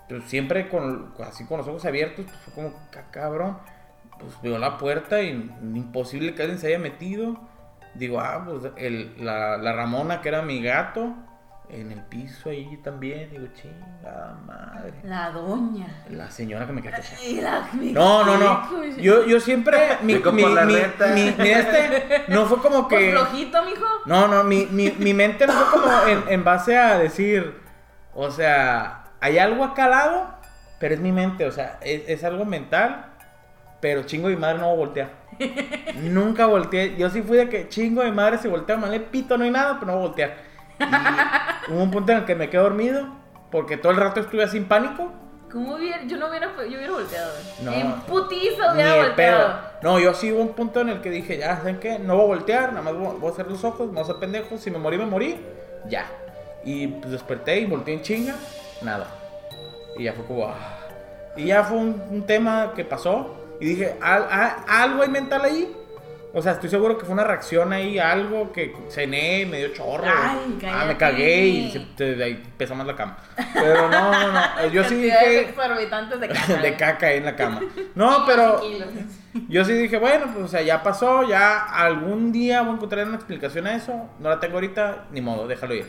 S1: pues, siempre con, así con los ojos abiertos, pues fue como, "Ca- cabrón, pues veo la puerta y imposible que alguien se haya metido. Digo, ah, pues el- la, la Ramona, que era mi gato, en el piso ahí también. Digo, chingada madre.
S2: La doña.
S1: La señora que me cachó.
S2: Y la-
S1: No, no, no. Yo, yo siempre. Mi,
S3: Fui con
S1: mi,
S3: por la
S1: mi-
S3: reta.
S1: mi- mi este, no fue como que.
S2: Pues flojito, mijo.
S1: No, no, mi, mi, mi mente no fue como en, en base a decir, o sea, hay algo acá al lado, pero es mi mente, o sea, es, es algo mental, pero chingo de mi madre no voy a voltear. Nunca volteé, yo sí fui de que chingo de mi madre se voltea, me le pito, no hay nada, pero no voy a voltear. Y hubo un punto en el que me quedé dormido, porque todo el rato estuve así en pánico.
S2: ¿Cómo hubiera? Yo no hubiera, yo hubiera volteado. güey.
S1: No.
S2: En putiza
S1: Ni
S2: hubiera
S1: de pedo.
S2: volteado.
S1: No, yo sí hubo un punto en el que dije, ya, ¿saben qué? No voy a voltear, nada más voy voy a cerrar los ojos, no voy a ser pendejo, si me morí, me morí, ya. Y pues, desperté y volteé en chinga, nada. Y ya fue como, ah. Y ya fue un, un tema que pasó y dije, "Al- a- algo hay mental ahí. O sea, estoy seguro que fue una reacción ahí, algo que cené, me dio chorro.
S2: Ay,
S1: ah,
S2: cállate.
S1: me cagué y se- te- de ahí pesa más la cama. Pero no, no, no. Yo sí
S2: Cantidades
S1: dije
S2: exorbitantes de caca.
S1: de
S2: güey.
S1: caca ahí en la cama. No, pero...
S4: Kilos.
S1: Yo sí dije, bueno, pues o sea, ya pasó, ya algún día voy a encontrar una explicación a eso. No la tengo ahorita, ni modo, déjalo ir.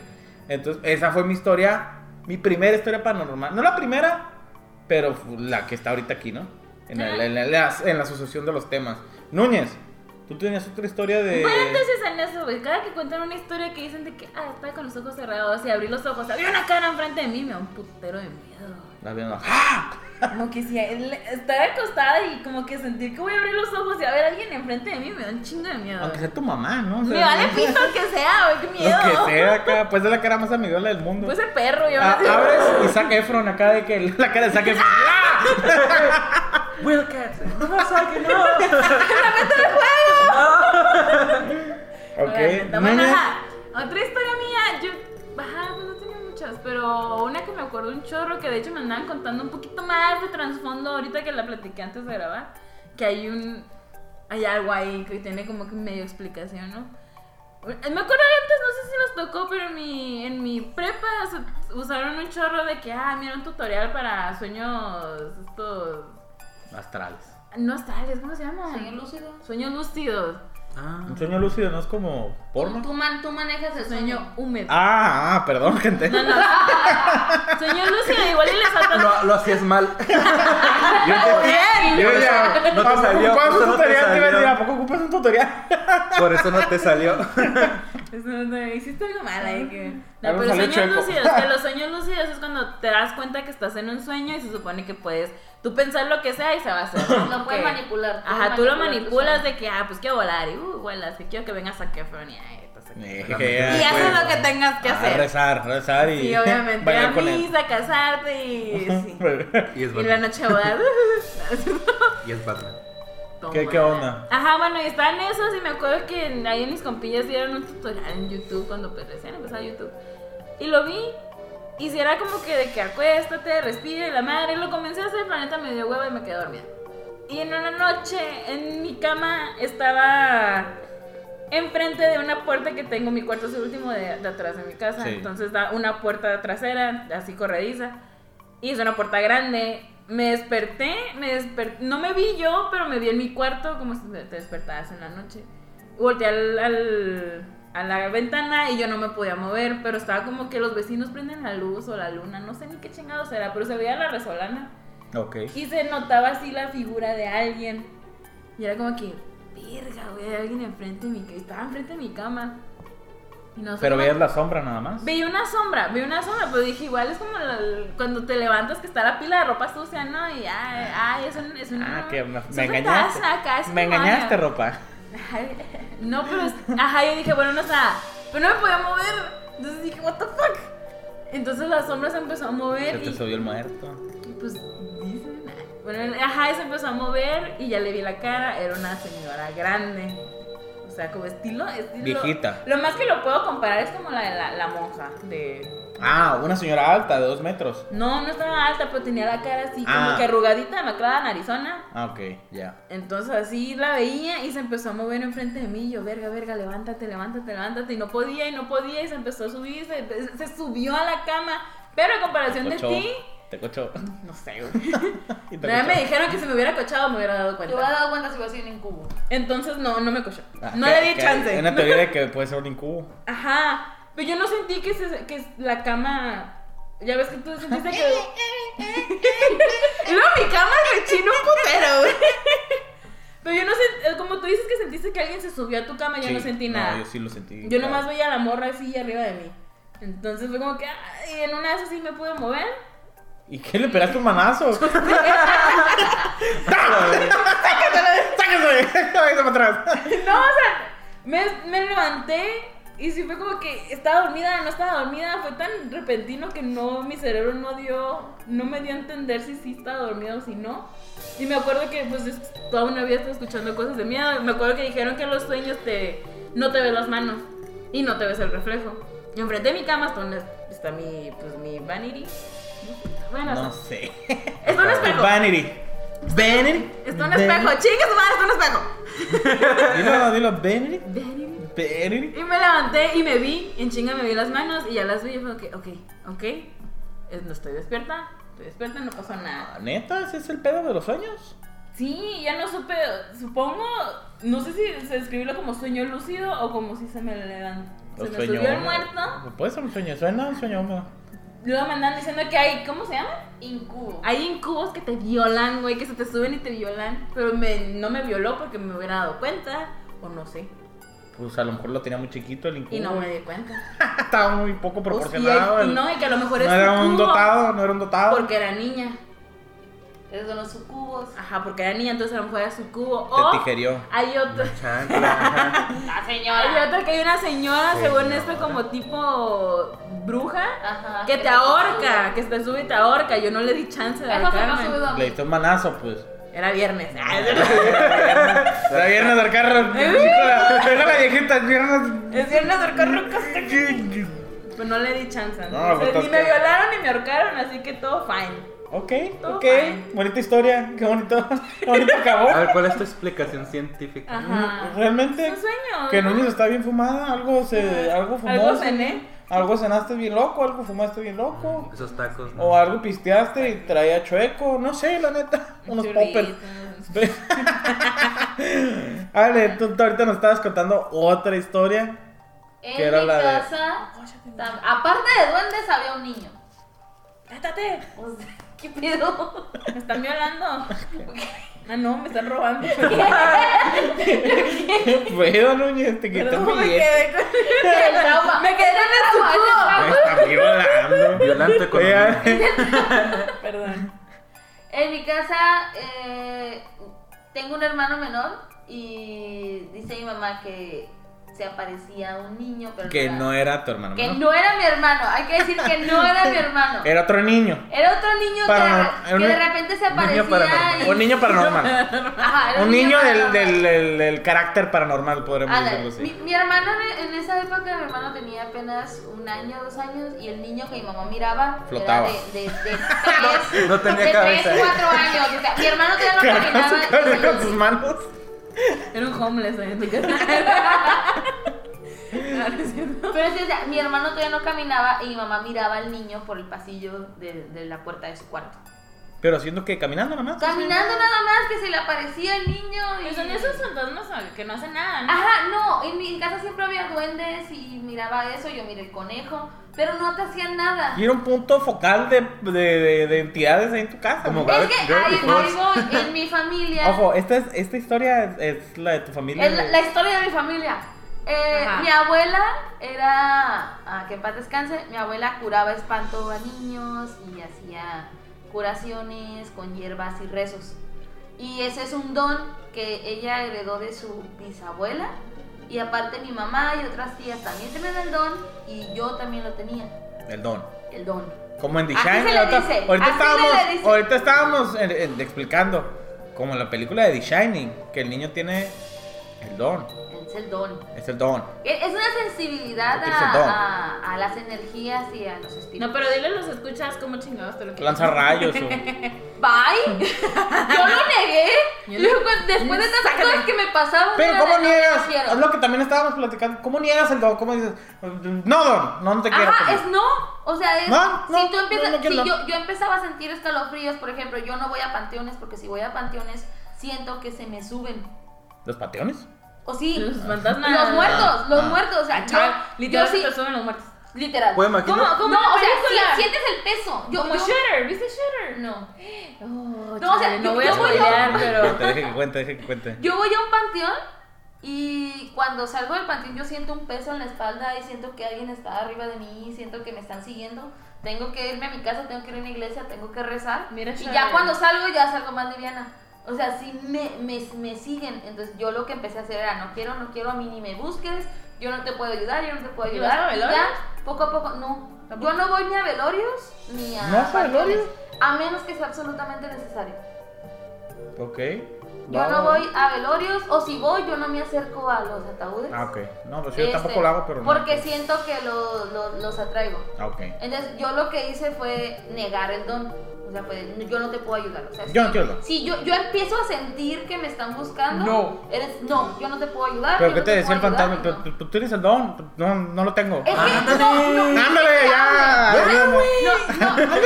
S1: Entonces, esa fue mi historia, mi primera historia paranormal. No la primera, pero fu- la que está ahorita aquí, ¿no? En la, en la- en la- en la asociación de los temas. Núñez, tú tenías otra historia de...
S2: Bueno, entonces en eso, güey. Cada que cuentan una historia que dicen de que, ah, estaba con los ojos cerrados y abrí los ojos, había una cara enfrente de mí, me da un putero de miedo.
S1: La verdad, no. ¡ah!
S2: Como que si él- estar acostada y como que sentir que voy a abrir los ojos y a ver a alguien enfrente de mí me da un chingo de miedo.
S1: Aunque
S2: güey.
S1: sea tu mamá, ¿no? O sea,
S2: Me vale pito el que sea, güey, qué miedo.
S1: Lo que sea acá, pues es la cara más amigable del mundo.
S2: Pues el perro, yo
S1: A-
S2: no sé.
S1: Ah, abres y saca Efron acá de que la cara de Zac Efron. ¡Ah!
S3: Wildcats. No, Saki, no.
S1: Ok,
S2: Bueno, bueno,
S1: Núñez.
S2: ajá. Otra historia mía, yo, ajá, pues no tenía muchas, pero una que me acuerdo un chorro, que de hecho me andaban contando un poquito más de trasfondo ahorita que la platiqué antes de grabar, que hay un, hay algo ahí que tiene como que medio explicación, ¿no? Eh, Me acuerdo antes, no sé si nos tocó, pero en mi, en mi prepa se- usaron un chorro de que, ah, mira un tutorial para sueños, estos,
S1: Astrales.
S2: no astrales, ¿cómo se llama?
S4: Sueño lúcido.
S2: Sueños lúcidos,
S3: Ah.
S1: Un sueño lúcido no es como porno.
S4: Tú, man- tú manejas el
S2: sueño
S4: sueño.
S2: húmedo.
S1: Ah, ah, perdón, gente.
S2: No, no. Señor Lucio, igual y le saltó.
S3: Lo, lo hacías mal.
S1: Yo
S2: bien.
S1: Yo ya.
S3: No te
S1: ¿a poco
S3: salió,
S1: ocupas
S3: eso
S1: un
S3: no te
S1: tutorial? Te iba a decir,
S3: salió.
S1: ¿a poco ocupas un tutorial?
S3: Por eso no te salió.
S2: Eso no, hiciste algo mal ahí que. No,
S1: Algo
S2: pero
S1: salió
S2: sueños
S1: chueco.
S2: lúcidos, que los sueños lúcidos es cuando te das cuenta que estás en un sueño y se supone que puedes tú pensar lo que sea y se va a hacer. ¿no?
S4: Lo puedes
S2: Que-
S4: manipular.
S2: Ajá, tú lo
S4: manipulas tu
S2: manipulas
S4: sueño.
S2: de que, ah, pues quiero volar y, uh, vuelas, que quiero que vengas a eh, Kefron y ahí estás aquí. Y
S3: pues.
S2: haces lo que tengas que
S1: A
S2: hacer.
S1: rezar, rezar y.
S2: Y obviamente
S1: bailar
S2: a
S1: con él.
S2: misa, casarte y. sí.
S3: Y es
S2: Y la
S3: Batman.
S2: noche a volar.
S3: Y es Batman.
S1: ¿Qué- qué onda?
S2: Ajá, bueno, y estaban esos y me acuerdo que en- ahí en mis compillas dieron un tutorial en YouTube cuando pues, recién empezaba YouTube. Y lo vi y si era como que de que acuéstate, respire, la madre, lo comencé a hacer, planeta me dio hueva y me quedé dormida. Y en una noche en mi cama estaba enfrente de una puerta que tengo, mi cuarto es el último de, de atrás de mi casa,
S1: Sí.
S2: entonces da una puerta trasera, así corrediza, y es una puerta grande. Me desperté, me desper- no me vi yo, pero me vi en mi cuarto, como si te despertabas en la noche. Volteé al, al- a la ventana y yo no me podía mover, pero estaba como que los vecinos prenden la luz o la luna, no sé ni qué chingados era, pero se veía la resolana.
S1: Ok.
S2: Y se notaba así la figura de alguien. Y era como que, verga, güey, hay alguien enfrente de mi cama. Estaba enfrente de mi cama. Y no sé
S1: Pero
S2: cómo-
S1: veías la sombra nada más.
S2: Veía una sombra, veía una sombra, pero dije, igual es como la- cuando te levantas que está la pila de ropa sucia, ¿no? Y ay, ay, es un. Es un
S1: Ah, que me,
S2: es un
S1: me
S2: fantasma
S1: engañaste.
S2: acá, es
S1: Me
S2: un demonio.
S1: engañaste, ropa.
S2: Ay, No, pero. es- Ajá, yo dije, bueno, no está. Pero no me podía mover. Entonces dije, what the fuck. Entonces la sombra se empezó a
S1: Se
S2: mover.
S1: te
S2: y-
S1: subió el muerto.
S2: y pues dicen, ah, bueno, ajá, y se empezó a mover y ya le vi la cara, era una señora grande. O O sea, como estilo. estilo
S1: Viejita.
S2: Lo más que lo puedo comparar es como la de la, la monja. de
S1: Ah, una señora alta de dos metros.
S2: No, no estaba alta, pero tenía la cara así, como
S1: Ah.
S2: que arrugadita, demacrada, narizona.
S1: Ah, ok, ya.
S2: Entonces así la veía y se empezó a mover enfrente de mí. y Yo, verga, verga, levántate, levántate, levántate. Y no podía, y no podía, y se empezó a subir, se, se subió a la cama. Pero a comparación de
S1: Cochó.
S2: ti,
S1: Te cochó.
S2: no sé, güey.
S1: Y te
S2: Nada,
S1: cochó.
S2: me dijeron que si me hubiera cochado me hubiera dado
S4: Yo me he
S2: cuenta.
S4: dado cuenta si voy a seguir en cubo.
S2: Entonces no, no me cochó.
S1: Ah,
S2: No
S1: que-
S2: le di
S1: que
S2: chance.
S1: Hay una teoría de que puede ser un incubo.
S2: Ajá. Pero yo no sentí que, se- que la cama. Ya ves que tú sentiste que. y luego mi cama rechina un putero, güey. Pero yo no sentí. Como tú dices que sentiste que alguien se subió a tu cama, yo
S1: Sí.
S2: no sentí nada.
S1: yo
S2: yo
S1: sí lo sentí.
S2: nomás veía a la morra así arriba de mí. Entonces fue como que. ay, en una de esas sí me pude mover.
S1: ¿Y qué le pegaste un manazo? ¡Sáquese! ¡Cabeza para atrás!
S2: No, o sea, me, me levanté y sí fue como que estaba dormida, no estaba dormida. Fue tan repentino que no, mi cerebro no dio, no me dio a entender si sí estaba dormida o si no. Y me acuerdo que pues es- toda una vida estuve escuchando cosas de miedo. Me acuerdo que dijeron que en los sueños te, no te ves las manos y no te ves el reflejo. Y enfrente de mi cama está, una- está mi, pues, mi vanity. Bueno,
S1: No sé.
S2: es un espejo.
S1: Vanity. ¿Vanity?
S2: Es un espejo. Chinga su madre, es un espejo.
S1: Dilo, dilo. ¿Vanity?
S2: Vanity.
S1: ¿Vanity?
S2: Y me levanté y me vi, en chinga me vi las manos y ya las vi y fue ok, ok, ok, es- no estoy despierta, estoy despierta, no pasó nada.
S1: Ah, ¿Neta? ¿Ese es el pedo de los sueños?
S2: Sí, ya no supe, supongo, no sé si se describirlo como sueño lúcido o como si se me levantan. Se
S1: O
S2: me
S1: sueño
S2: subió el
S1: húmedo.
S2: muerto.
S1: Puede ser un sueño. Suena un sueño húmedo.
S2: Luego me andan diciendo que hay, ¿cómo se llama?
S4: Incubo.
S2: Hay incubos que te violan, güey, que se te suben y te violan. Pero me, no me violó porque me hubiera dado cuenta, o no sé.
S1: Pues a lo mejor lo tenía muy chiquito el incubo.
S2: Y no me di cuenta.
S1: Estaba muy poco
S2: O sí,
S1: proporcionado.
S2: y
S1: el-
S2: no, y que a lo mejor
S1: no
S2: es
S1: era un
S2: incubo,
S1: dotado, no era un dotado.
S2: Porque era niña.
S4: Esos son los sucubos.
S2: Ajá, porque era niña, entonces a lo mejor era su cubo.
S1: Te
S2: O
S1: tijerió.
S2: hay otro,
S3: Chancla.
S2: Ah,
S4: La
S2: hay
S4: señora.
S2: otro que hay una señora, según
S1: Señora.
S2: esto, como tipo bruja,
S4: Ajá.
S2: que te ahorca, que te sube y te ahorca. Yo no le di chance de
S4: Eso fue más
S2: ahorcarme.
S4: subido.
S1: Le diste un manazo, pues.
S2: Era viernes.
S1: Era viernes del carro. Era la viejita, viernes.
S2: es viernes de ahorcar rucos. Pues no le di chance.
S1: No,
S2: entonces,
S1: pues,
S2: ni me
S1: ¿qué?
S2: violaron ni me ahorcaron, así que todo fine.
S1: Ok,
S2: Todo
S1: ok.
S2: fine.
S1: Bonita historia. Qué bonito. Qué bonito acabó.
S3: A ver, ¿cuál es tu explicación científica?
S1: Mm,
S2: Ajá. Es
S1: Realmente.
S2: un sueño.
S1: Que Núñez está bien fumada. Algo se. pues, eh, Algo fumó.
S2: Algo cené.
S1: Algo cenaste bien loco. Algo fumaste bien loco.
S3: Esos tacos. ¿no?
S1: O algo pisteaste y traía chueco. No sé, la neta. Unos poppers.
S2: Churritos.
S1: Ale, tú, tú ahorita nos estabas contando otra historia.
S4: En
S1: que era
S4: mi
S1: la de-
S4: casa, tam- aparte de duendes, había un niño.
S2: Cátate,
S4: O sea, ¿Qué pedo?
S2: me están violando. Ah, no, me están robando.
S1: ¿Qué pedo, Núñez? Te quité
S2: Perdón,
S1: un
S2: me
S1: billete.
S2: quedé con
S4: El trauma.
S2: Me quedé con el
S1: Me ah, está violando.
S3: Violante con
S1: Oye,
S2: Perdón.
S4: En mi casa eh, tengo un hermano menor y dice mi mamá que se aparecía un niño, pero
S1: que
S4: era-
S1: no era tu hermano.
S4: que
S1: ¿no?
S4: no era mi hermano. Hay que decir que no era mi hermano.
S1: Era otro niño.
S4: Era otro niño que,
S1: Paranormal.
S4: que de
S1: Era un-
S4: repente se
S3: niño
S4: aparecía.
S3: paranormal.
S4: y-
S1: Un niño paranormal.
S4: Ajá, era
S1: Un niño del,
S4: paranormal.
S1: del, del- del carácter paranormal, podríamos
S4: Ándale,
S1: decirlo
S4: mi,
S1: así.
S4: mi hermano en, en esa época, mi hermano tenía apenas un año, dos años, y el niño que mi mamá miraba
S1: Flotaba.
S4: era de, de, de tres,
S3: No tenía
S4: de
S3: cabeza.
S4: tres, cuatro años. O sea, mi hermano todavía no
S1: Cargaba
S4: caminaba.
S1: su cabeza con
S4: y-
S1: sus manos.
S2: Era un homeless ahí en mi casa. No, no es cierto.
S4: Pero sí, o sea, mi hermano todavía no caminaba y mi mamá miraba al niño por el pasillo de, de la puerta de su cuarto.
S1: Pero siento que caminando nomás.
S4: Caminando nada más que se le aparecía el niño. Y...
S2: Pero son esos fantasmas ah, que no hacen nada, ¿no?
S4: Ajá, no, en mi casa siempre había duendes y miraba eso, yo miré el conejo, pero no te hacían nada.
S1: Y era un punto focal de, de- de- de entidades ahí en tu casa.
S3: Como
S1: ¿no?
S3: Gra-
S4: Es que
S3: Gravity
S4: hay
S3: Falls.
S4: algo en mi familia.
S1: Ojo, esta, es, esta historia es, es la de tu familia.
S4: Es la, la historia de mi familia. Eh,
S2: Ajá.
S4: mi abuela era, ah, que en paz descanse, mi abuela curaba espanto a niños y hacía curaciones con hierbas y rezos. Y ese es un don que ella heredó de su bisabuela. Y aparte mi mamá y otras tías también tenían el don y yo también lo tenía,
S1: El don.
S4: el don.
S1: Como en The
S4: Así
S1: Shining,
S4: se le
S1: ahorita,
S4: dice,
S1: ahorita
S4: así se le
S1: estábamos,
S4: dice.
S1: ahorita estábamos en- en- explicando, como en la película de The Shining, que el niño tiene el don.
S4: El Es el don. E,
S1: Es el don.
S4: Es es una sensibilidad
S1: Es el don.
S4: a, a- a las energías y a los espíritus.
S2: No, pero dile a los escuchas cómo chingados te lo quieres.
S1: Lanza rayos. o-
S4: Bye. Yo lo negué.
S2: Yo
S4: Yo
S2: no-
S4: cu- después de tantas
S2: Sácalo.
S4: cosas que me pasaban.
S1: Pero
S4: yo
S1: ¿cómo
S4: no, no, no
S1: niegas?
S4: quiero.
S1: Es lo que también estábamos platicando. ¿Cómo niegas el don? ¿Cómo dices? No, don, no, no te quiero.
S4: Ajá,
S1: comer"?
S4: es no. O sea, es.
S1: No, no,
S4: si tú empiezas.
S1: no, no quiero
S4: si
S1: no.
S4: yo, yo empezaba a sentir escalofríos, por ejemplo, yo no voy a panteones porque si voy a panteones siento que se me suben.
S1: ¿Los pateones?
S4: O sí.
S2: Los
S4: Los,
S2: fantasmas.
S4: muertos, los
S1: Ah.
S4: muertos. O sea, yo.
S2: Ah,
S4: yo
S2: literal,
S4: sí.
S2: se suben los muertos.
S4: Literal.
S3: Pueden imaginar.
S2: ¿Cómo? Como
S4: No,
S2: la
S4: o sea,
S2: película.
S4: si sientes el peso. Yo,
S2: Como
S4: yo-
S2: Shooter, ¿viste Shooter?
S4: No.
S2: Oh,
S4: No, o sea,
S2: chale,
S4: yo-
S2: no voy a
S4: yo voy a-
S2: spoilear, pero.
S1: Te deje que cuente, deje que cuente.
S4: Yo voy a un panteón y cuando salgo del panteón yo siento un peso en la espalda y siento que alguien está arriba de mí, siento que me están siguiendo. Tengo que irme a mi casa, tengo que ir a una iglesia, tengo que rezar.
S2: Mira,
S4: y
S2: Sharon.
S4: ya cuando salgo ya salgo más liviana. O sea, sí me, me, me siguen. Entonces yo lo que empecé a hacer era, no quiero, no quiero, a mí ni me busques, yo no te puedo ayudar, yo no te puedo
S2: ¿Y vas a
S4: ayudar. Y ya,
S2: velorios?
S4: poco a poco, no.
S2: ¿Tampoco?
S4: Yo no voy ni a velorios ni a...
S1: ¿No vas a
S4: panteones,
S1: velorios?
S4: A menos que sea absolutamente necesario.
S1: Ok.
S4: Yo no voy a velorios, o si voy, yo no me acerco a los ataúdes.
S1: Ah, ok. No, pues yo
S4: Este,
S1: tampoco lo hago, pero no.
S4: Porque siento que lo- lo- los atraigo.
S1: Ah, ok.
S4: Entonces, yo lo que hice fue negar el don. O sea, fue, "No, yo no te puedo ayudar. O sea,
S1: Yo
S4: si-
S1: no quiero el don.
S4: Si yo, yo empiezo a sentir que me están buscando,
S1: No.
S4: eres, no, yo no te puedo ayudar.
S1: ¿Pero
S4: yo
S1: qué
S4: no
S1: te decía el
S4: puedo ayudar",
S1: fantasma?
S4: y no.
S1: Tú- tú- Tú tienes el don. No, no lo tengo.
S4: Es que, no, no, no,
S1: ¡Ándale, ya! ayúdame.
S4: no, no, no,
S2: Ay,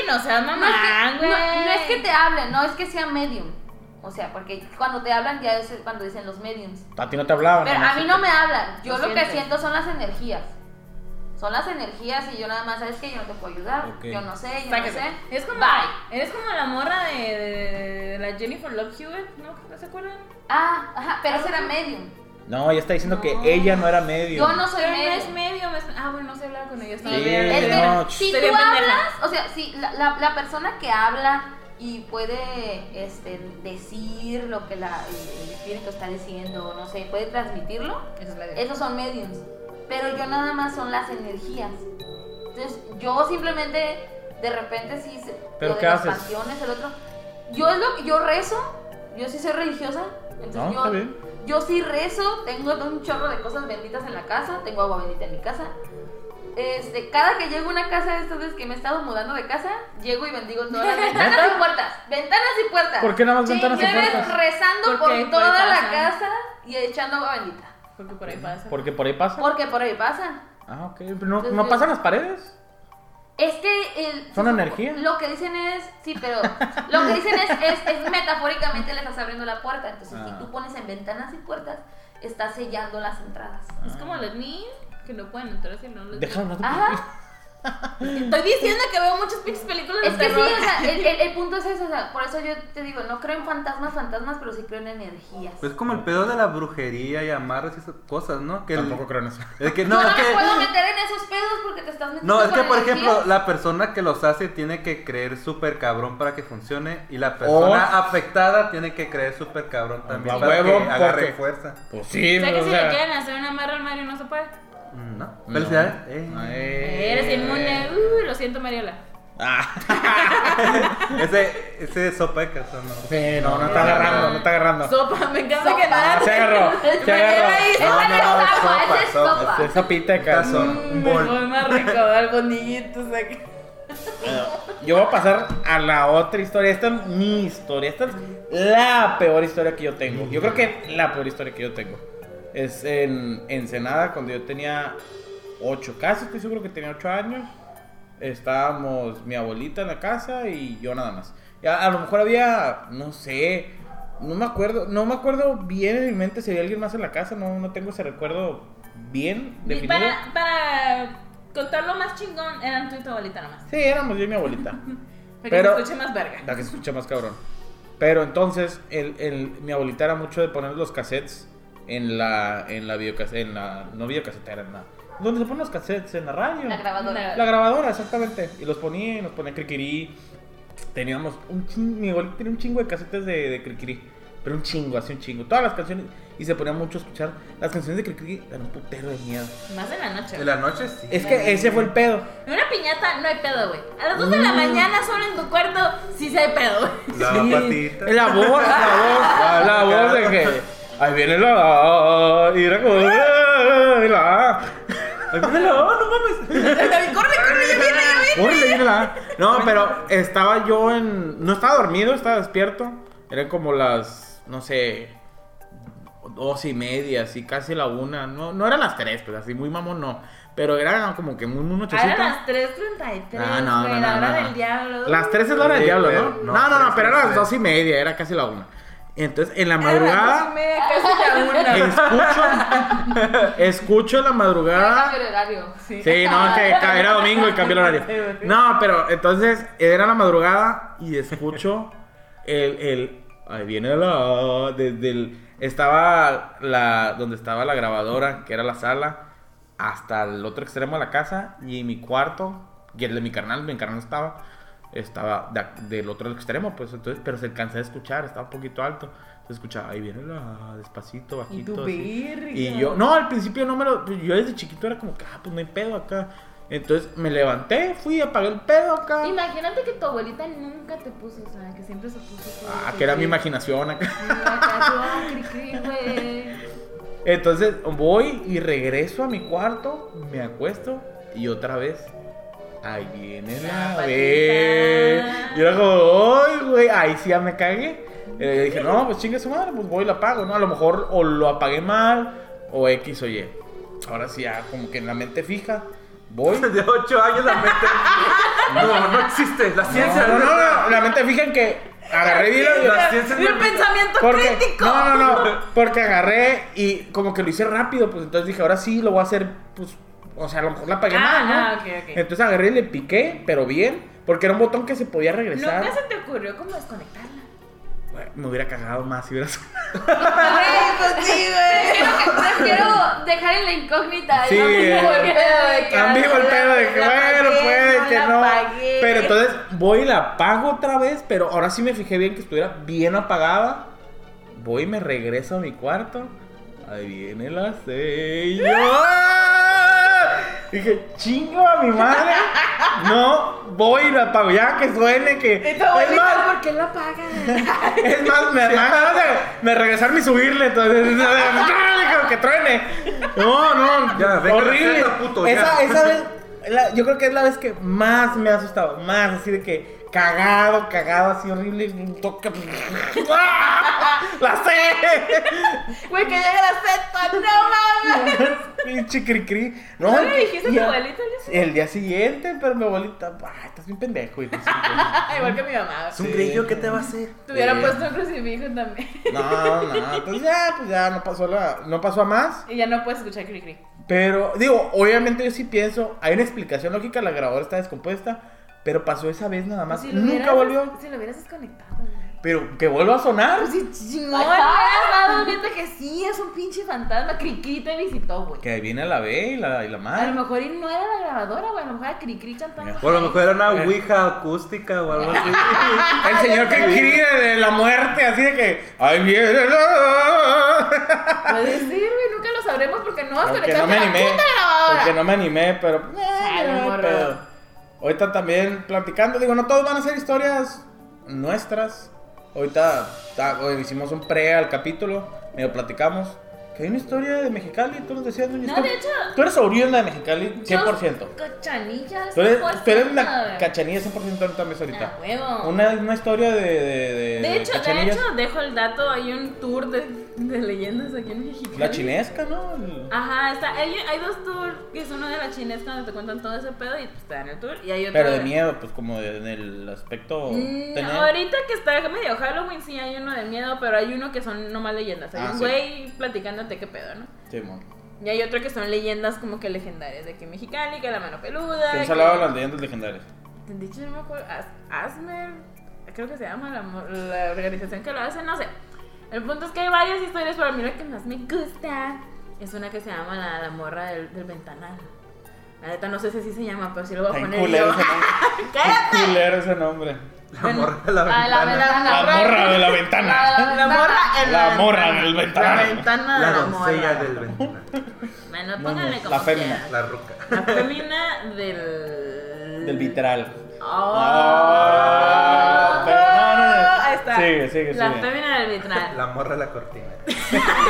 S2: Ah, no seas
S4: No es, que,
S2: mamá,
S4: no-
S2: Ah, güey.
S4: no es que te hablen, no es que sea medium. O sea, porque cuando te hablan ya es cuando dicen los mediums.
S1: A ti no te hablaban.
S4: Pero a mí no me hablan. Yo
S2: Lo
S4: lo que
S2: sientes.
S4: siento son las energías. Son las energías y yo nada más, ¿sabes que Yo no te puedo ayudar.
S1: Ok.
S4: Yo no sé, yo
S2: Sáquese.
S4: no sé.
S2: Es como,
S4: Bye.
S2: es como la morra de, de- de la Jennifer Love Hewitt, ¿no? ¿No se acuerdan?
S4: Ah, ajá, pero eso era medium.
S1: No, ella está diciendo que
S2: No.
S1: ella no era medio.
S4: Yo no soy
S2: Pero no
S4: medium.
S2: es medio, es- ah, bueno, no sé hablar con ella. estaba
S1: Sí,
S2: bien,
S4: Es
S1: Eh,
S4: que
S2: pero-
S1: no,
S4: si tú
S2: sería pendeja.
S4: hablas, o sea, si la, la- la persona que habla y puede este, decir lo que la, el, el espíritu está diciendo, no sé, puede transmitirlo,
S2: Esa es la de-
S4: esos son mediums. Pero yo nada más son las energías. Entonces, yo simplemente, de repente, sí. se-
S1: ¿Pero
S4: lo de
S1: qué
S4: las
S1: haces?
S4: pasiones, el otro. Yo, es lo, que- yo rezo, yo sí soy religiosa. Entonces
S1: No,
S4: yo,
S1: está bien.
S4: yo sí rezo, tengo un chorro de cosas benditas en la casa, tengo agua bendita en mi casa. Este, cada que llego a una casa de estas veces que me he estado mudando de casa, llego y bendigo todas las ventanas y puertas. Ventanas y puertas.
S1: ¿Por qué nada más
S2: Sí,
S1: ventanas y
S2: ya ves,
S1: puertas?
S4: Rezando
S2: Porque
S4: por,
S2: por
S4: toda
S2: ahí
S4: la
S2: pasan.
S4: casa y echando agua bendita.
S2: Porque por ahí pasa.
S1: Porque por ahí pasa.
S4: Porque por ahí pasan.
S1: Ah, ok. Pero no,
S4: Entonces,
S1: ¿no
S4: yo-
S1: pasan las paredes?
S4: Es que el,
S1: ¿Son energía?
S4: Lo que dicen es, sí, pero lo que dicen es, es, es metafóricamente le estás abriendo la puerta. Entonces,
S1: Ah.
S4: si tú pones en ventanas y puertas, estás sellando las entradas.
S2: Es como los niños que no pueden entrar si no los
S1: Deja de hablar.
S4: Ajá.
S2: Estoy diciendo que veo muchas pinches películas de
S4: Es que sí,
S2: terror.
S4: o sea, el, el- el punto es eso. o sea, por eso yo te digo, no creo en fantasmas, fantasmas, pero sí creo en energías.
S3: Pues como el pedo de la brujería y amarras y esas cosas, ¿no? Que el-
S1: Tampoco creo en eso.
S3: Es que
S4: no,
S3: no, es
S4: me puedo
S3: que.
S4: meter en esos pedos porque te estás metiendo
S3: No, es que
S4: con
S3: por ejemplo,
S4: energías.
S3: la persona que los hace tiene que creer súper cabrón para que funcione y
S1: Oh.
S3: la persona afectada tiene que creer súper cabrón también
S1: A
S3: para
S1: huevo,
S3: que agarre
S1: porque-
S3: fuerza.
S1: Pues sí,
S2: O sea que
S1: pero,
S2: si
S1: o
S2: le
S1: sea,
S2: quieren hacer una amarra al Mario no se puede.
S3: No,
S1: Mm, no.
S3: felicidades. Eh.
S1: Eh.
S2: Eres inmune. Uh, lo siento, Mariola.
S1: Ah,
S3: Ese, ese sopa de calzón, no.
S1: sí, no, no está agarrando, no está agarrando.
S2: Sopa, me encanta que nada.
S1: Ah, se agarró, se
S2: Mariela
S1: agarró.
S2: ahí.
S4: Esa no, es
S3: no, es
S4: agua, esa es
S3: sopa, sopa.
S4: sopa.
S1: Es sopita de calzón.
S3: Calzón,
S2: Mm,
S3: un
S2: Me
S3: bol.
S2: voy más recordar bondillitos aquí.
S1: Yo voy a pasar a la otra historia. Esta es mi historia. Esta es la peor historia que yo tengo. Yo creo que la peor historia que yo tengo. Es en Ensenada, cuando yo tenía 8, casi estoy seguro que tenía 8 años. Estábamos mi abuelita en la casa y yo nada más. Ya, a lo mejor había, no sé, no me acuerdo, no me acuerdo bien en mi mente si había alguien más en la casa. No, no tengo ese recuerdo bien
S2: Y
S1: definido.
S2: para, para contarlo más chingón, eran tú y tu abuelita nomás.
S1: Sí, éramos yo y mi abuelita.
S2: Para
S1: Pero-
S2: que se escuche más verga.
S1: La que se escucha más cabrón. Pero entonces, el, el- mi abuelita era mucho de poner los cassettes en la, en la videocaseta, en la, no videocasetera, en la, ¿dónde se ponen los cassettes? En la radio.
S4: La grabadora.
S1: La grabadora, exactamente. Y los ponía y nos ponía criquirí. Teníamos un chingo, mi abuelita tenía un chingo de casetes de, de criquirí. Pero un chingo, así un chingo. Todas las canciones. Y se ponía mucho a escuchar. Las canciones de criquirí eran un putero de miedo.
S2: Más en la noche.
S3: En la noche sí.
S1: Es que ese fue el pedo.
S2: Una piñata no hay pedo, güey. A las 2
S1: Mm.
S2: de la mañana solo en tu cuarto sí se hay pedo. güey.
S3: La
S1: Sí.
S3: patita.
S1: La voz, la voz, la voz de que. Ahí viene la A. Y era como. "Ah, La A.
S3: Ay, míralo, no mames.
S2: ¡Corre, corre! ¡Ya viene, ya viene!
S1: Órale, viene la A. No, pero estaba yo en. No estaba dormido, estaba despierto. Eran como las. No sé. Dos y media, así casi la una. No, no eran las tres, pues así muy mamón, no. Pero era como que muy, muy
S4: Ah,
S1: nochecita.
S4: eran las 3.33,
S1: Ah, no,
S4: güey,
S1: no,
S4: la
S1: no, no,
S4: hora
S1: no.
S4: del diablo.
S1: Las 3 es la hora del
S3: Sí,
S1: diablo,
S3: pero-
S1: ¿no? No,
S3: no,
S1: no, no,
S3: tres,
S1: pero
S3: tres,
S1: eran las
S3: tres.
S1: 2 y media, era casi la 1. Entonces, en la
S2: Madrugada.
S1: madrugada,
S2: Casi la una.
S1: escucho, escucho en la
S3: ¿Ah?
S1: madrugada.
S4: Cambio de horario.
S1: Sí, no, es que ca- era domingo y cambió el horario. No, pero entonces era la madrugada y escucho el. el ahí viene la. Desde el. Estaba la. Donde estaba la grabadora, que era la sala, hasta el otro extremo de la casa y mi cuarto, y el de mi carnal, mi carnal estaba. Estaba de ac- del otro extremo, pues entonces, pero se alcanzaba a escuchar, estaba un poquito alto. Se escuchaba, ahí viene la despacito,
S2: Y tu
S1: bajito. así.
S2: verga.
S1: Y yo, no, al principio no me lo. pues, Yo desde chiquito era como que, ah, pues no hay pedo acá. Entonces me levanté, fui, apagué el pedo acá.
S4: Imagínate que tu abuelita nunca te puso, o sea, que siempre se puso. así,
S1: Ah,
S4: cri,
S1: que era mi
S4: cri.
S1: imaginación acá.
S4: Sí, acá, yo, cri, cri, güey.
S1: Entonces voy y regreso a mi cuarto, me acuesto y otra vez. Ahí viene
S4: La
S1: la
S4: patita.
S1: vez. Y era como, ¡ay, güey! Ahí sí ya me cagué. Y le dije, no, pues chingue su madre, pues voy y la apago, ¿no? A lo mejor o lo apagué mal o X o Y. Ahora sí, ya como que en la mente fija, voy.
S3: De 8 años la mente. No, no existe. La ciencia.
S1: No, no, no, la mente fija en que agarré bien la-
S3: La ciencia
S2: Y el
S3: no-
S2: pensamiento
S1: porque,
S2: crítico.
S1: no, no, no, porque agarré y como que lo hice rápido, pues entonces dije, ahora sí lo voy a hacer, pues, o sea, a lo mejor la pagué
S2: Ah,
S1: mal, ¿no?
S2: ah, ok, ok.
S1: Entonces agarré y le piqué, pero bien, porque era un botón que se podía regresar.
S2: Nunca se te ocurrió como desconectarla.
S1: Bueno, Me hubiera cagado más si hubiera
S2: Güey, pues sí, güey.
S4: Prefiero dejar en la incógnita.
S1: Sí,
S4: ¿no?
S1: eh,
S4: Porque-
S1: Amigo el pedo de que
S2: La
S1: bueno,
S2: apagué,
S1: puede
S2: no
S1: que
S2: la
S1: no.
S2: apagué.
S1: Pero entonces voy y la apago otra vez, pero ahora sí me fijé bien que estuviera bien apagada. Voy y me regreso a mi cuarto. Ahí viene la sello. Dije, chingo a mi madre. No, voy y la apago. Ya que suene, que.
S2: Y tu
S1: Es
S2: abuelita,
S1: más,
S2: ¿por qué la pagan?
S1: es más, me dan ganas de- de regresarme y subirle. Entonces, que truene. No, no,
S3: Ya, venga,
S1: horrible.
S3: receta, puto, ya.
S1: esa, esa vez, la- yo creo que es la vez que más me ha asustado. Más así de que cagado, cagado, así horrible. Toca. ¡Ah! ¡La sé!
S2: Güey, que llegue la seta, no mames.
S1: Pinche cricri. No,
S2: ¿No le dijiste a tu
S1: y-
S2: abuelita, Luis?
S1: El día siguiente, pero mi abuelita, "Ay, estás bien pendejo. hijo".
S2: Ah, Igual que mi mamá.
S3: Es un grillo, ¿qué te va a hacer?
S2: Te hubiera
S1: Sí.
S2: puesto un crucifijo también.
S1: No, no, entonces ya, pues ya no pasó, la, no pasó a más.
S2: Y ya no puedes escuchar Cri Cri.
S1: Pero, digo, obviamente yo sí pienso, hay una explicación lógica, la grabadora está descompuesta, pero pasó esa vez nada más.
S2: Pues Si lo
S1: Nunca
S2: hubieras-
S1: volvió.
S2: Si lo hubieras desconectado, güey.
S1: Pero que vuelva a sonar.
S2: Pues sí, chingón.
S4: Ay,
S2: hubieras dado cuenta que sí, es un pinche fantasma. Cri Cri te visitó, güey.
S1: Que viene la B y la, y la
S2: A lo
S1: madre.
S2: mejor y no era la grabadora, güey. A lo mejor era Cri Cri cantando.
S3: O a lo mejor era una ouija acústica o algo así.
S1: El señor que críe de la muerte, así de que. ¡Ay, viene la!
S2: Puede ser, güey. Nunca lo sabremos porque no vas a
S1: Porque no me
S2: conectar la
S1: animé.
S2: puta grabadora.
S1: Porque no me animé, pero. eh,
S2: Chale,
S1: no hay
S2: morro.
S1: pedo. Ahorita también platicando, digo, no todos van a ser historias nuestras. Ahorita ta- hoy hicimos un pre al capítulo, medio platicamos. Que hay una historia de Mexicali, tú nos decías, Doña
S4: No,
S1: Esther,
S4: de hecho-
S1: Tú eres oriunda de Mexicali, 100%.
S4: Yo- Cachanilla.
S1: Tú eres, tú eres
S4: 100%,
S1: una
S4: güey.
S1: cachanilla 100% ahorita, me dice ahorita.
S4: Ah, huevo.
S1: Una, una historia de. De, de-
S4: De
S1: de
S4: hecho, de
S1: cachanillas.
S4: hecho, dejo el dato, hay un tour de, de leyendas aquí en México.
S1: La chinesca, ¿no? El-
S4: Ajá, está, hay, hay dos tours, que es uno de la chinesca donde te cuentan todo ese pedo y pues, te dan el tour. Y hay otro
S1: Pero de miedo, pues como de- en el aspecto.
S4: Mm,
S1: tener-
S4: Ahorita que está medio Halloween, sí hay uno de miedo, pero hay uno que son nomás leyendas. Hay
S1: Ah,
S4: un
S1: sí.
S4: güey platicándote qué pedo, ¿no?
S1: Sí, mon.
S4: Y hay otro que son leyendas como que legendarias, de que Mexicali, que la mano peluda.
S1: ¿Quién
S4: que-
S1: se hablaba de las leyendas legendarias?
S4: De hecho, no me acuerdo. As- Asmer, creo que se llama la, mo- la organización que lo hace, no sé. El punto es que hay varias historias, pero a mí la que más me gusta es una que se llama la, la morra del, del ventanal. La neta, no sé si así se llama, pero sí lo voy a
S1: Está
S4: poner.
S1: culero
S4: yo.
S1: ese nombre.
S4: ¡Cállate!
S1: Está culero ese nombre.
S3: La morra de la
S4: Ah, la
S3: ventana.
S4: verdad,
S1: La morra de la ventana.
S2: La morra en
S1: La morra del
S2: La
S1: ventanal.
S2: ventana de
S3: La
S2: la,
S3: doncella
S2: morra.
S3: del ventana.
S4: Bueno,
S1: No,
S4: pónganle
S1: no,
S4: como
S1: la fémina.
S4: quieran.
S3: La ruca.
S4: La fémina del...
S1: Del vitral.
S4: Oh.
S1: Ah, pero no, no, no.
S2: Ahí está.
S1: Sigue, sigue,
S2: la
S1: sigue.
S2: fémina arbitral.
S3: La morra de la cortina.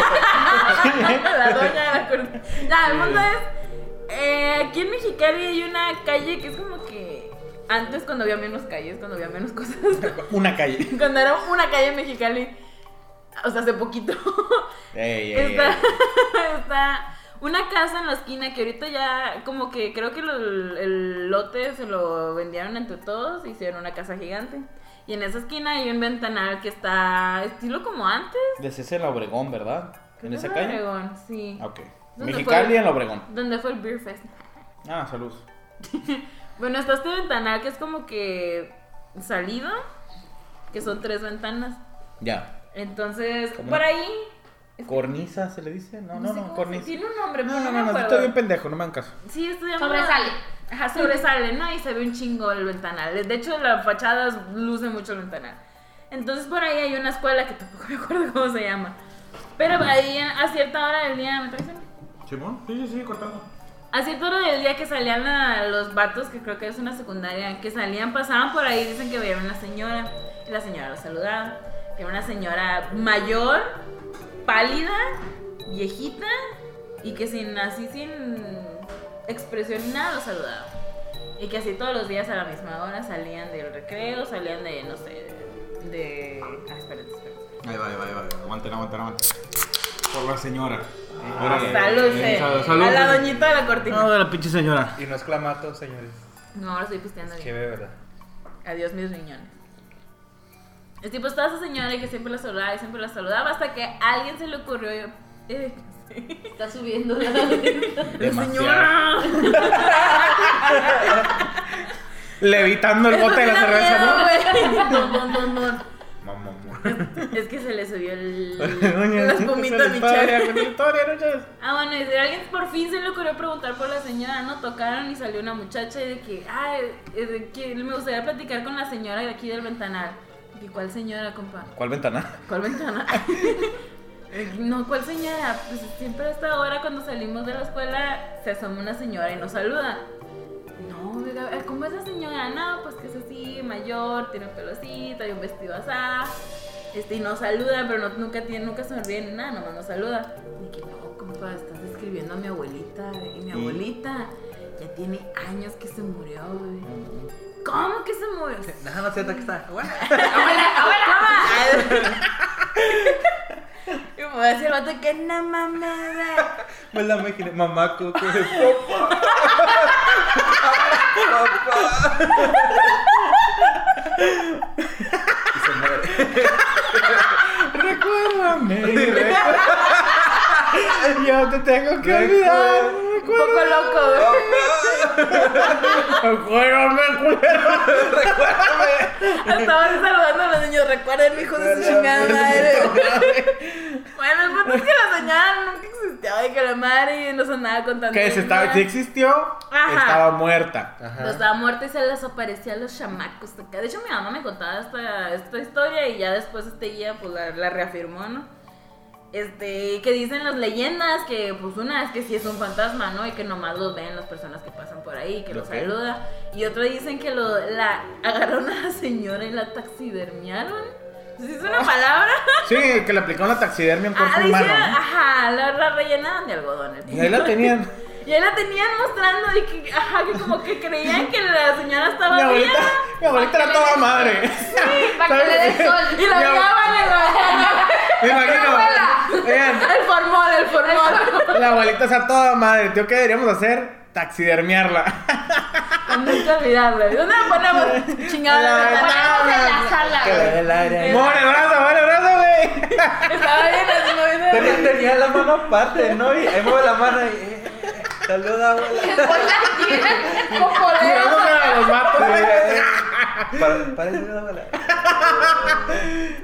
S2: la doña de la corte. Ya, el mundo es. eh, aquí en Mexicali hay una calle que es como que. Antes, cuando había menos calles, cuando había menos cosas.
S1: Una calle.
S2: cuando era una calle en Mexicali. O sea, hace poquito.
S1: Ey, ey, ey.
S2: está, está una casa en la esquina que ahorita ya, como que creo que lo- el lote se lo vendieron entre todos, hicieron una casa gigante. Y en esa esquina hay un ventanal que está estilo como antes.
S1: Desde ese en la Obregón, ¿verdad?
S2: Creo
S1: En
S2: que
S1: esa
S2: es
S1: calle.
S2: Obregón, sí.
S1: Ah, Ok.
S2: ¿Dónde
S1: Mexicali
S2: fue?
S1: en la Obregón.
S2: Donde fue el Beer Fest.
S1: Ah, salud.
S2: Bueno, está este ventanal que es como que salido, que son tres ventanas.
S1: Ya.
S2: Entonces,
S1: ¿Cómo?
S2: por ahí.
S1: ¿Cornisa se le dice? No, no,
S2: sé
S1: no,
S2: cómo se-
S1: cornisa.
S2: Tiene un nombre, pero
S1: No, no,
S2: no,
S1: no,
S2: me
S1: no,
S2: acuerdo.
S1: estoy bien pendejo, no me hagan caso.
S2: Sí, estoy llamando-
S4: Sobresale.
S2: Ajá, sobresale, ¿no? Y se ve un chingo el ventanal. De hecho, las fachadas luce mucho el ventanal. Entonces, por ahí hay una escuela que tampoco me acuerdo cómo se llama. Pero ahí a cierta hora del día, ¿me traes algo?
S1: ¿Simón? Sí, sí, sí, cortando.
S2: A cierta hora del día que salían a los vatos, que creo que es una secundaria, que salían, pasaban por ahí, dicen que veían a una señora. Y la señora los saludaba. Era una señora mayor, pálida, viejita, y que sin así, sin expresión ni nada, los saludaba. Y que así todos los días a la misma hora salían del recreo, salían de, no sé, de... de- Ah, espérate, espérate.
S1: Ahí va, ahí va, ahí va. Aguanten, aguanten, aguanten. Por la señora.
S3: Eh,
S2: Salud, eh.
S1: salud, salud.
S2: A la doñita de la
S1: No,
S2: cortina.
S1: de la pinche señora.
S3: Y no es clamato, señores.
S2: No, ahora estoy pisteando
S3: Es
S2: bien.
S3: que ve, ¿verdad?
S2: Adiós mis riñones. El tipo estaba esa señora que siempre la saludaba y siempre la saludaba hasta que a alguien se le ocurrió. eh,
S4: Está subiendo la
S1: Demasiado. Levitando el
S2: Eso
S1: bote de
S2: sí
S1: la
S2: da
S1: cerveza, ¿no?
S2: miedo, güey. No, no, no, no.
S3: Mamá, mamá.
S2: Es que se le subió el,
S1: Doña,
S2: la espumita
S1: esa
S2: a
S1: es
S2: mi
S1: la historia,
S2: chef.
S1: esa es la historia, ¿no, chef?
S2: Ah, bueno, y de alguien por fin se le ocurrió preguntar por la señora, ¿no? Tocaron y salió una muchacha y de que, ah, es de que me gustaría platicar con la señora de aquí del ventanal. ¿Y que, cuál señora, compa?
S1: ¿Cuál ventana?
S2: ¿Cuál ventana? Eh, no, ¿cuál señora? Pues siempre a esta hora cuando salimos de la escuela se asoma una señora y nos saluda. No, oiga, eh, ¿cómo es la señora? No, pues que es así, mayor, tiene un pelocito y un vestido asá. Este, y nos saluda, pero no, nunca tiene, nunca se olvida ni nada, nomás nos saluda. Y que no, compa, estás describiendo a mi abuelita. Y mi abuelita ya tiene años que se murió, güey. ¿Cómo que se murió?
S3: No, no es cierto que está. Bueno,
S2: ¡Abuela, abuela! Y me voy a decir el vato que no mamada.
S3: Me la imaginé. Mamá, coco. Papá. Papá. Y se muere.
S1: Recuérdame. Yo te tengo que olvidar.
S3: Recuerda.
S2: Un poco loco, güey.
S1: Recuérdame, culero.
S2: Estaban saludando a los niños. Recuerden, hijo de su chingada madre. Bueno, el punto es que la señora nunca existió. Y que la madre nos andaba contando.
S1: Que se estaba, si
S2: Ajá.
S1: existió, estaba muerta.
S2: Pero estaba muerta y se les aparecía a los chamacos acá. De hecho, mi mamá me contaba esta, esta historia y ya después este guía pues la, la reafirmó, ¿no? Este, que dicen las leyendas que pues una es que sí es un fantasma, ¿no? Y que nomás los ven las personas que pasan por ahí, que los
S1: Ok.
S2: saluda. Y otro dicen que lo, la agarraron a la señora y la taxidermiaron. ¿Sí es
S1: Ah.
S2: una palabra?
S1: Sí, que le aplicaron la taxidermia en
S2: Ah,
S1: cuerpo humano.
S2: dijeron, ajá, la, la rellenaron de algodón. el
S1: Y ahí la tenían.
S2: y ahí la tenían mostrando de que, ajá, que como que creían que la señora estaba
S1: Mi abuelita,
S2: bien.
S1: mi abuelita era toda madre.
S4: Para que le dé el sol.
S2: Y la
S1: Mi abue-
S2: miraban
S1: Me imagino. Vean,
S2: el, el formol, el formol.
S1: la abuelita está toda madre. Tío, ¿qué deberíamos hacer? Taxidermiarla.
S2: Nunca olvidarlo. ¿Dónde la ponemos? Chingada.
S1: La-
S2: la ventana.
S4: Ponemos en la sala, güey.
S1: More brazo, more brazo, güey.
S2: Estaba bien así moviendo.
S3: Tenía, tenía la mano aparte, ¿no? Y ahí mueve la mano y. eh, eh, saluda, abuela.
S1: Miramos a los matos.
S3: Sí,
S1: güey.
S3: eh, para- Parece una abuela.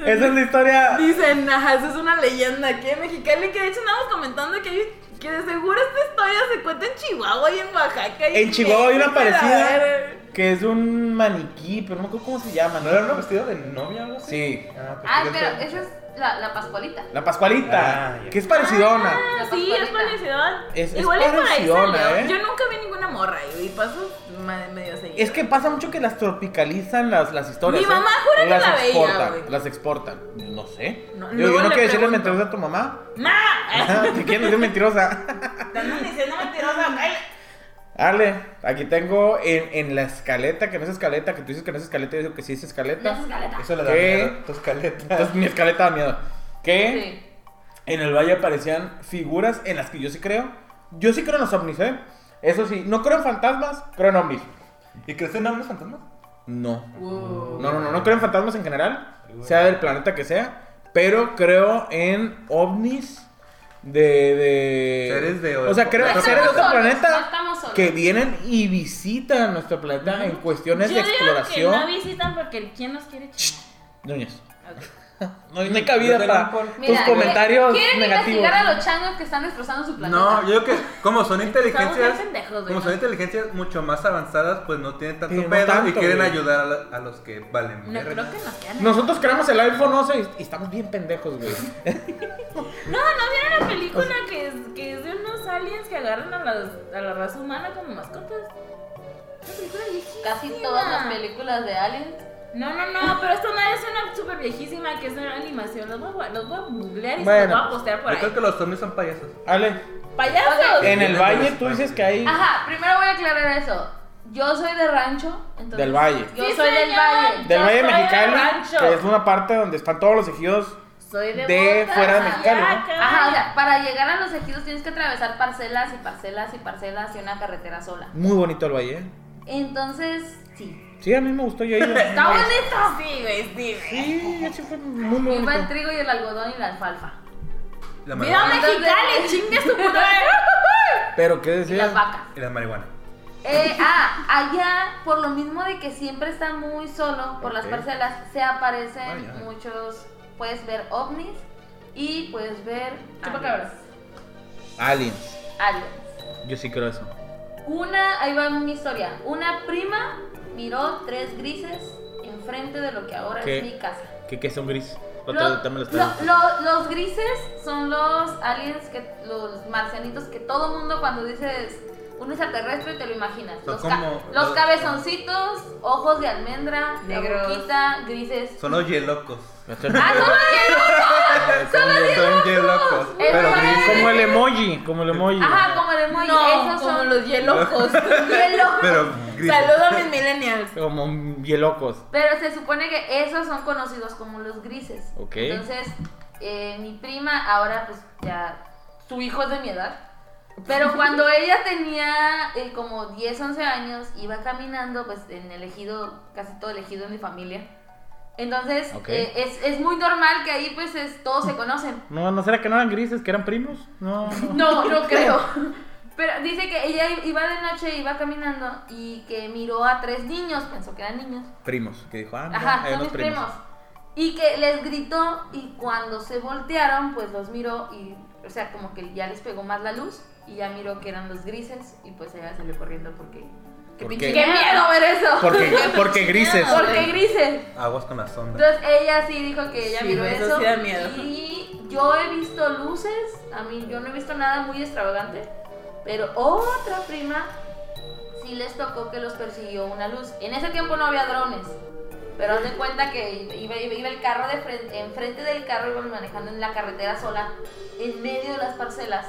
S1: Esa es la historia.
S2: Dicen, ajá, eso es una leyenda aquí en Mexicali. Que de hecho andamos comentando que, hay- que de seguro esta historia se cuenta en Chihuahua y en Oaxaca. y
S1: En Chihuahua hay una
S2: México, la
S1: parecida
S2: verga.
S1: que es un maniquí, pero no me acuerdo cómo se llama.
S3: ¿No era un vestido de novia o algo así?
S1: Sí.
S3: Ah, pues,
S4: Ah,
S3: yo
S4: pero
S3: sé.
S4: esa es la, la Pascualita.
S1: La Pascualita,
S3: Ah, ya.
S1: que es parecidona.
S2: Ah, sí, es parecidón.
S1: Es- es
S2: Igual es por ahí
S1: parecidona,
S2: salió.
S1: ¿eh?
S2: Yo nunca vi ninguna morra morra y paso ma- medio seguido.
S1: Es que pasa mucho que las tropicalizan las, las historias.
S2: Mi
S1: ¿eh?
S2: mamá jura que
S1: las
S2: la veía,
S1: exportan,
S2: güey.
S1: Las exportan. No sé.
S2: No,
S1: yo,
S2: luego
S1: yo no
S2: le
S1: quiero decirle
S2: pregunto.
S1: mentirosa a tu mamá.
S2: ¡Ma!
S1: Te quiero decir mentirosa.
S2: Están diciendo mentirosa, cállate.
S1: Ale, aquí tengo en, en la escaleta, que no es escaleta, que tú dices que no es escaleta, yo digo que sí es
S4: No
S1: escaleta.
S4: es escaleta.
S3: Eso le da
S1: ¿Qué?
S3: miedo a tus caletas.
S1: Entonces mi escaleta da miedo. Que
S4: Sí.
S1: en el valle aparecían figuras en las que yo sí creo. Yo sí creo en los ovnis, ¿eh? Eso sí, no creo en fantasmas, creo en ovnis.
S3: ¿Y crees en hombres fantasmas?
S1: No.
S2: Wow.
S1: No, no, no, no creo en fantasmas en general, sea del planeta que sea, pero creo en ovnis de... de...
S3: Seres de
S1: O sea, creo
S4: No
S1: en
S4: estamos
S1: seres de otro
S4: solos, no
S1: planeta
S4: estamos solos.
S1: que vienen y visitan nuestro planeta en cuestiones
S2: Yo
S1: de
S2: digo
S1: exploración.
S2: que no visitan porque ¿quién nos quiere chingar?
S1: Núñez.
S2: Ok.
S1: No, hay- no hay cabida
S3: Yo te
S1: para
S3: lo pongo.
S1: tus
S4: Mira, ¿quiere-
S1: comentarios
S4: ¿Quieren
S1: negativos.
S4: investigar a los changos que están destrozando su planeta?
S3: No, yo creo que como son
S2: bien
S3: inteligencias,
S2: pendejos, güey,
S3: como
S2: ¿no?
S3: son inteligencias mucho más avanzadas, pues no tienen tanto
S1: Sí, no
S3: pedo y
S1: tanto,
S3: quieren
S1: güey.
S3: ayudar a, la- a los que valen.
S2: No
S3: verga.
S2: creo que nos quieran.
S1: Nosotros creamos el iPhone 11 y- y estamos bien pendejos, güey.
S2: No, no vieron la película que es, que es de unos aliens que agarran a, las, a la raza humana como mascotas. Una película viejísima.
S4: Casi todas las películas de Alien.
S2: No, no, no, pero esta madre es una súper viejísima que es de una animación. Los voy, a gua- los voy a googlear y se
S1: Bueno.
S2: los voy a postear por
S3: Yo creo
S2: ahí.
S3: que los zombies son payasos.
S1: Ale,
S2: ¡Payasos!
S1: en el valle tú dices que hay...
S4: Ajá, primero voy a aclarar eso. Yo soy de rancho, entonces.
S1: Del valle.
S4: Yo
S2: Sí,
S4: soy del
S2: señor.
S4: valle.
S1: Del
S2: Yo
S1: Valle
S2: soy
S1: Mexicali,
S2: de rancho.
S1: que es una parte donde están todos los ejidos
S2: Soy de,
S1: de
S2: Bogotá,
S1: fuera de Mexicali, ¿no?
S2: Ayaca.
S4: Ajá, o sea, para llegar a los ejidos tienes que atravesar parcelas y parcelas y parcelas y una carretera sola.
S1: Muy bonito el valle. ¿eh?
S4: Entonces, sí.
S1: Sí, a mí me gustó yo.
S2: Ah,
S4: ¡Está bonito!
S2: Sí, güey, sí, güey.
S1: Sí, sí fue muy muy
S4: Viva el
S1: bonito.
S4: trigo y el algodón y la alfalfa.
S3: La
S2: ¡Viva
S3: marihuana.
S2: Mexicali! ¡Chingue su madre!
S1: Pero qué
S4: Y las
S1: decías.
S4: vacas.
S3: Y la marihuana.
S4: Eh, ah, allá, por lo mismo de que siempre está muy solo por las
S1: Ok.
S4: parcelas, se aparecen
S3: Vaya.
S4: muchos. Puedes ver ovnis y puedes ver.
S2: Chupacabras.
S1: Aliens.
S4: aliens.
S1: Yo sí creo eso.
S4: aliens. Una, ahí va mi historia. Una prima miró tres grises enfrente de lo que ahora
S1: ¿Qué?
S4: es mi casa.
S1: ¿Qué, qué son gris? Lo,
S4: Lo-
S1: también lo
S4: lo-
S1: está diciendo.
S4: lo- los grises son los aliens, que los marcianitos que todo mundo cuando dices un extraterrestre te lo imaginas.
S3: Son
S4: los, ca-
S3: como-
S4: los
S3: los-
S4: cabezoncitos, ojos de almendra,
S2: Negros.
S4: la boquita, grises.
S3: Son los yelocos.
S1: No sé.
S4: ¡Ah, son los
S3: Son yelocos.
S4: Es
S3: Pero
S4: para-
S3: grises.
S1: Como el emoji, como el emoji.
S4: Ajá, como el emoji.
S2: No,
S4: esos
S2: como
S4: son
S2: los hielojos.
S4: hielo.
S3: Pero grises.
S2: Saludos a mis millennials.
S1: Como un bielocos.
S4: Pero se supone que esos son conocidos como los grises.
S1: Ok.
S4: Entonces, eh, mi prima ahora pues ya, su hijo es de mi edad. Pero cuando ella tenía eh, como 10, 11 años, iba caminando pues en el ejido, casi todo el ejido de mi familia. Entonces,
S1: Ok.
S4: eh, es, es muy normal que ahí pues es- todos se conocen.
S1: No, ¿no será que no eran grises, que eran primos? No, no.
S4: No, no creo. Pero dice que ella iba de noche, iba caminando y que miró a tres niños, pensó que eran niños.
S1: Primos, que dijo, ah, mira,
S4: Ajá,
S1: hay
S4: son
S1: unos
S4: mis primos. Y que les gritó y cuando se voltearon, pues los miró y, o sea, como que ya les pegó más la luz y ya miró que eran los grises y pues ella salió corriendo porque... ¡Qué
S1: ¿Por
S4: pinche
S1: qué?
S4: qué miedo ver eso!
S1: Porque, porque grises.
S2: Por-
S4: Porque grises.
S3: Aguas con las ondas.
S4: Entonces ella sí dijo que ella
S2: Sí,
S4: miró
S2: eso
S4: eso.
S2: sí da miedo.
S4: Y yo he visto luces, a mí yo no he visto nada muy extravagante, pero otra prima sí les tocó que los persiguió una luz. En ese tiempo no había drones, pero haz de cuenta que iba, iba- iba el carro de frente, enfrente del carro iban manejando en la carretera sola, en medio de las parcelas.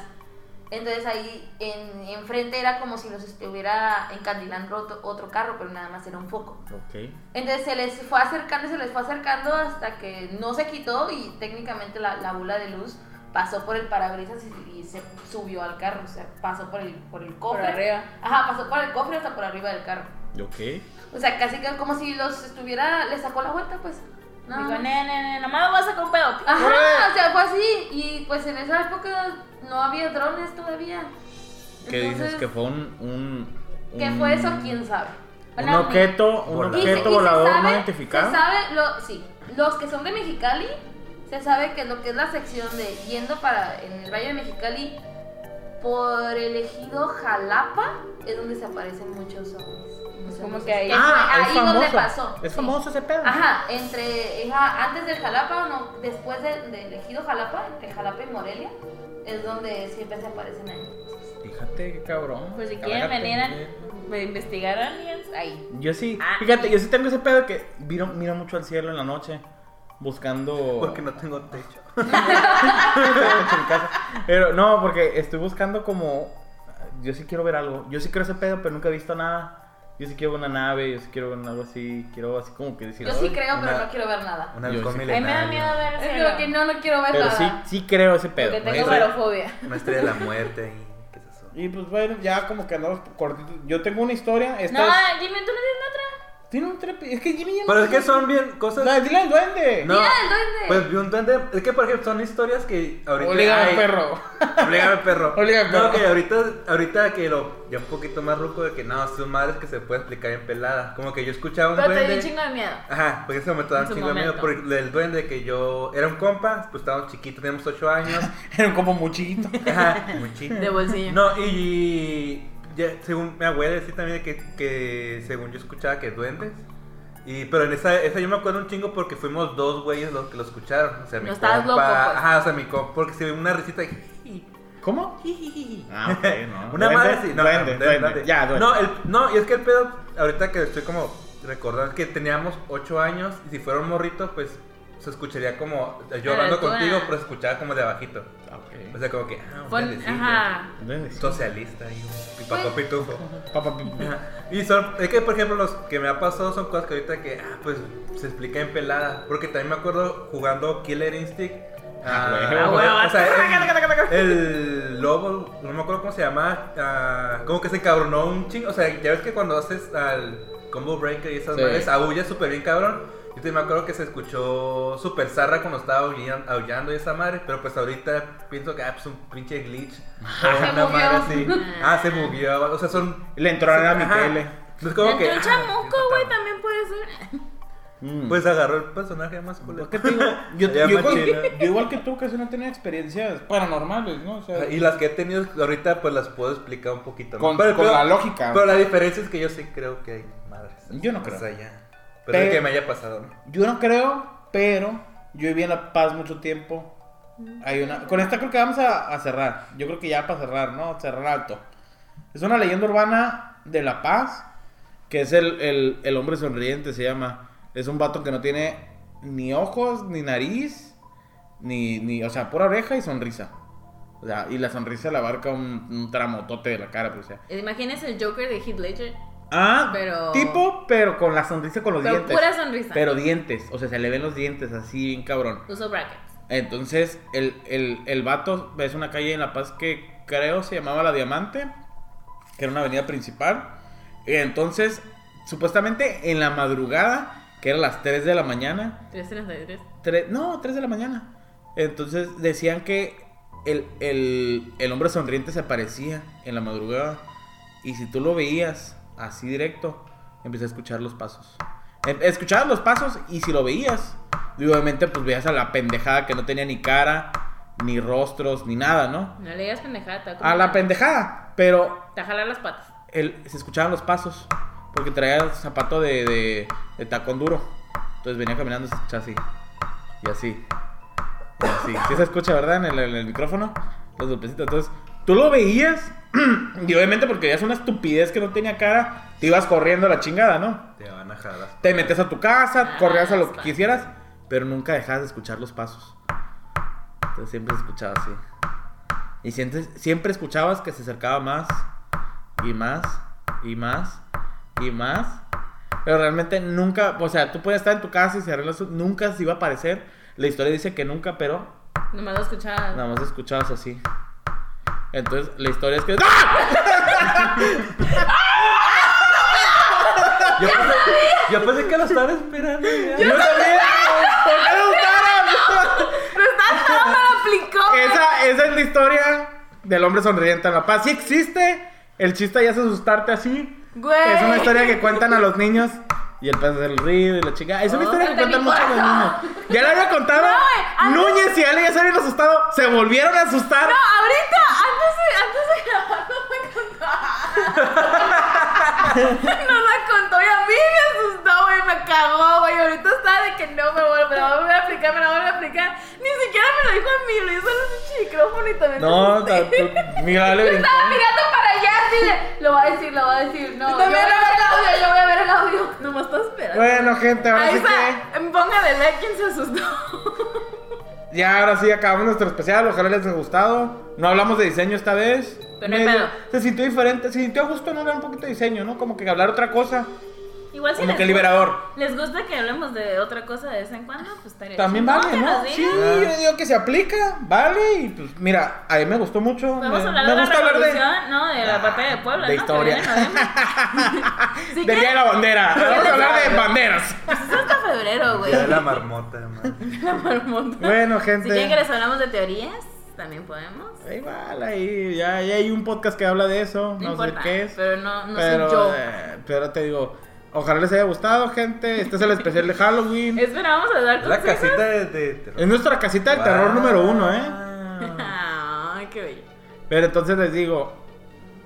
S4: Entonces ahí en- enfrente era como si los estuviera encandilando otro, otro carro, pero nada más era un foco.
S1: Ok.
S4: Entonces se les fue acercando, se les fue acercando hasta que no se quitó y técnicamente la, la bola de luz pasó por el parabrisas y, y se subió al carro, o sea, pasó por el, por el
S2: Por
S4: cofre.
S2: arriba.
S4: Ajá, pasó por el cofre hasta por arriba del carro.
S1: Ok.
S4: O sea, casi que como si los estuviera, le sacó la vuelta, pues. No.
S2: Digo, nene, nene, nomás vas a sacar un pedo.
S4: Ajá, o sea, fue así. Y pues en esa época no había drones todavía.
S1: ¿Qué dices?
S4: Entonces,
S1: Que fue un. un
S4: ¿Qué
S1: un-
S4: fue eso? ¿Quién sabe?
S1: Un
S4: Hola,
S1: objeto, un
S3: Volador.
S4: Y se- y
S1: objeto
S4: se
S1: volador no
S4: sabe-
S1: identificado.
S4: Se sabe, lo, sí, los que son de Mexicali, se sabe que lo que es la sección de yendo para en el Valle de Mexicali, por el ejido Jalapa, es donde se aparecen muchos ovnis. Muchos
S2: como
S4: ovnis.
S2: que ahí-
S4: fue
S1: Ah, es
S4: ahí donde
S1: famoso.
S4: pasó.
S1: Es
S4: sí.
S1: famoso ese pedo.
S4: Ajá, entre, ajá, antes del Jalapa, no, después del, del ejido Jalapa, entre Jalapa y Morelia, es donde siempre se aparecen ahí.
S1: Fíjate. Fíjate, qué cabrón.
S2: Pues si quieren
S1: Relájate,
S2: venir
S1: güey.
S2: a investigar aliens, ahí.
S1: Yo sí,
S2: Ah.
S1: fíjate, yo sí tengo ese pedo que miro, miro mucho al cielo en la noche buscando.
S3: Porque no tengo techo.
S1: en casa. Pero no, porque estoy buscando como. Yo sí quiero ver algo. Yo sí quiero ese pedo, pero nunca he visto nada. Yo sí quiero ver una nave, yo sí quiero ver algo así. Quiero así como que decir.
S4: Yo sí
S1: "Ay".
S4: creo, pero
S3: Una-
S4: no quiero ver nada.
S3: Un
S1: Yo
S3: halcón
S1: sí.
S2: A mí me da
S3: milenario,
S2: miedo ver
S4: Es
S2: cielo,
S4: lo que no, no quiero ver
S1: Pero
S4: nada.
S1: sí, sí creo ese pedo.
S2: Porque tengo
S3: Eso-
S2: parofobia.
S3: Una estrella de la muerte y qué es eso.
S1: Y pues bueno, ya como que andamos cortitos. Yo tengo una historia. Esta
S2: No,
S1: es...
S2: Jimmy, tú no tienes otra.
S1: Tiene un trepe. Es que Jimmy ya no-
S3: Pero es que son bien cosas.
S1: No, dile al duende.
S3: No.
S4: Mira el duende.
S3: Pues vi un duende. Es que, por ejemplo, son historias que ahorita.
S1: Obliga al
S3: hay-
S1: perro.
S3: Oblígame, perro.
S1: Oblígame, perro.
S3: No, que ahorita, ahorita que lo. Ya un poquito más ruco de que no, son madres que se puede explicar en pelada. Como que yo escuchaba un
S2: Pero te dio un
S3: duende.
S2: chingo de miedo.
S3: Ajá, porque ese momento
S2: En
S3: daba
S2: su
S3: un chingo de miedo.
S2: momento.
S3: Porque el duende que yo era un compa, pues estábamos chiquitos, teníamos 8 años.
S1: Era como muy chiquito.
S3: Ajá, muy chido.
S2: De bolsillo.
S3: No, y. ya, según mi abuela decía también que, que según yo escuchaba que duendes. Y, pero en esa, esa yo me acuerdo un chingo porque fuimos dos güeyes los que lo escucharon. O sea, mi
S2: No estabas
S3: compa-
S2: loco, pues.
S3: Ajá, o sea, mi compa. Porque se ve una risita y.
S1: ¿Cómo? Ah, ok, no.
S3: Una
S1: Duende,
S3: madre así. No,
S1: duende,
S3: no,
S1: duende.
S3: duende.
S1: Ya, duende.
S3: No, el- no, y es que el pedo, ahorita que estoy como recordando, es que teníamos 8 años y si fuera un morrito, pues se escucharía como. Yo hablando
S2: Pero tú,
S3: contigo,
S2: ah.
S3: pero se escuchaba como de abajito. O sea, como que. Ah, un
S2: Pon,
S3: duendecito.
S2: ajá.
S3: Então, Socialista y un pipaco
S4: Pues-
S3: pitufo.
S1: Papá pi- pi-
S3: Ajá. Y son, es que por ejemplo los que me ha pasado son cosas que ahorita que, ah, pues se explica en pelada. Porque también me acuerdo jugando Killer Instinct.
S1: Ah,
S3: ah,
S1: huevo.
S3: o sea, el, el lobo, no me acuerdo cómo se llama, ah, como que se encabronó un chingo. O sea, ya ves que cuando haces al Combo Breaker y esas
S1: Sí.
S3: madres, aúlla súper bien cabrón. Yo también me acuerdo que se escuchó super zarra cuando estaba aullan- aullando y esa madre, pero pues ahorita pienso que ah, pues un pinche glitch. o
S4: Se
S3: una madre así.
S4: bugueó.
S3: Ah, se bugueó. O sea, son
S1: Le entró a mi
S3: Ajá.
S1: tele.
S3: No es como que.
S2: Entró un
S3: ah,
S2: chamuco,
S3: qué
S2: güey,
S3: puta
S2: también puede ser.
S1: Mm.
S3: madre. Pues agarró el personaje más culero.
S1: Pues, ¿qué te digo? Yo,
S3: Ya
S1: yo igual,
S3: machina.
S1: yo igual que tú, casi no tenía experiencias paranormales, ¿no? O sea,
S3: Y las que he tenido ahorita, pues las puedo explicar un poquito. más.
S1: con,
S3: Pero-
S1: con
S3: pero-
S1: la lógica.
S3: Pero la diferencia es que yo sí creo que hay madres.
S1: Yo no creo.
S3: Más allá. Pero,
S1: Pero-
S3: es que me haya pasado, ¿no?
S1: Yo no creo, pero yo viví en La Paz mucho tiempo. Hay una... Con esta creo que vamos a, a cerrar. Yo creo que ya para cerrar, ¿no? Cerrar alto. Es una leyenda urbana de La Paz, que es el, el- el hombre sonriente, se llama. Es un vato que no tiene ni ojos, ni nariz, ni, ni o sea, pura oreja y sonrisa. O sea, y la sonrisa le abarca un, un tramotote de la cara, pues, o sea.
S2: Imagínense el Joker de Heath Ledger.
S1: Ah,
S2: Pero-
S1: tipo, pero con la sonrisa con los
S2: Pero
S1: dientes.
S2: pura sonrisa.
S1: Pero dientes, o sea, se le ven los dientes así bien cabrón.
S2: Uso brackets.
S1: Entonces, el, el, el vato es una calle en La Paz que creo se llamaba La Diamante, que era una avenida principal. Y entonces, supuestamente en la madrugada, que eran las 3 de la mañana,
S2: 333.
S1: Tres- no, 3 de la mañana. Entonces decían que el, el- el hombre sonriente se aparecía en la madrugada. Y si tú lo veías así directo, empecé a escuchar los pasos. Em- Escuchabas los pasos y si lo veías, y obviamente pues veías a la pendejada que no tenía ni cara, ni rostros, ni nada, ¿no?
S2: No le digas pendejada. te va
S1: A la
S2: comer.
S1: pendejada. Pero
S2: Te va a jalar las patas.
S1: él, se escuchaban los pasos. Porque traía el zapato de, de, de tacón duro. Entonces venía caminando y se escuchaba así. Y así. Y así. Sí se escucha, ¿verdad? En el, en el micrófono. Los golpecitos. Entonces, tú lo veías. Y obviamente porque veías una estupidez que no tenía cara. Te ibas corriendo a la chingada, ¿no?
S3: Te van a jalar.
S1: Te metes a tu casa,
S2: Ah,
S1: corrías a lo que
S2: está.
S1: quisieras. Pero nunca dejabas de escuchar los pasos. Entonces siempre se escuchaba así. Y siempre, siempre escuchabas que se acercaba más y más y más y más. Pero realmente nunca, o sea, tú puedes estar en tu casa y se arregla su- nunca se iba a aparecer. La historia dice que nunca, pero
S2: Nomás lo escuchabas.
S1: nada más escuchabas así. Entonces la historia es que. ¡Ah!
S3: Yo pensé, yo pensé que lo estaban esperando. ya.
S1: ¡Yo también! ¿Por qué no gustaron?
S2: ¡Pero está todo me lo aplicó! güey.
S1: Esa, esa es la historia del hombre sonriente en La Paz. Sí existe. El chiste ya es asustarte así.
S2: Güey.
S1: Es una historia que cuentan a los niños. Y el pez del río y la chica. Es una
S2: Oh,
S1: historia que
S2: vete a
S1: cuentan
S2: mi
S1: mucho a los niños.
S2: cuarto.
S1: Ya la había contado.
S2: No, güey,
S1: Núñez y Ale ya se habían asustado. Se volvieron a asustar.
S2: No, ahorita, antes de, antes de grabar, no me contó. no la contó y a mí me asustó, güey, me cagó, güey. Ahorita está de que no me vuelve, me la va a volver a aplicar, me la va a volver a aplicar. Ni siquiera me lo dijo a mí, lo hizo en el pinche micrófono y también. me
S1: No, o
S2: asusté.
S1: sea, tú- mira,
S2: Yo
S1: Ale brincó.
S2: estaba mirando para
S4: Lo va a decir, lo va a decir. No,
S2: Yo
S4: yo voy a
S2: también lo
S4: ver
S2: voy a
S4: el audio, yo voy a ver el audio.
S2: Nomás estás esperando.
S1: Bueno, gente, ahora
S2: Ahí
S1: sí
S2: está.
S1: que.
S2: Póngale like quien se asustó.
S1: Ya, ahora sí acabamos nuestro especial. Ojalá les haya gustado. No hablamos de diseño esta vez.
S2: Pero no hay
S1: Medio-
S2: pedo.
S1: Se sintió diferente. Se sintió a gusto no hablar un poquito de diseño, ¿no? Como que hablar otra cosa.
S2: Igual si
S1: Como
S2: les,
S1: que liberador.
S2: les gusta que hablemos de otra cosa de vez en cuando, pues estaría
S1: También
S2: chido
S1: vale,
S2: que
S1: ¿no?
S2: nos
S1: Sí,
S2: digan.
S1: yo digo que se aplica. Vale. Y pues, mira, a mí me gustó mucho.
S2: Podemos
S1: me,
S2: hablar
S1: me
S2: de la
S1: gusta hablar de. Ah,
S2: revolución, no, de la batalla de Puebla,
S1: de
S2: ¿no? Que viene en
S1: historia.
S2: noviembre. si
S1: Del Día de
S2: quieren,
S1: la bandera. Vamos a hablar de banderas.
S2: pues es hasta febrero, güey.
S3: Ya de la marmota, man.
S2: La marmota.
S1: Bueno,
S2: Si quieren que
S1: gente.
S2: les hablamos de teorías, también podemos.
S1: Igual, ahí ya, ya hay un podcast que habla de eso.
S2: No,
S1: No, sé
S2: importa,
S1: qué es.
S2: pero no, no
S1: pero,
S2: soy yo.
S1: eh, pero te digo, ojalá les haya gustado, gente. Este es el especial de Halloween. Es,
S2: Esperamos a dar
S3: Es la
S2: consejos.
S3: casita de, de terror.
S1: nuestra casita del terror número uno, ¿eh?
S2: Ay, qué bello.
S1: Pero entonces les digo,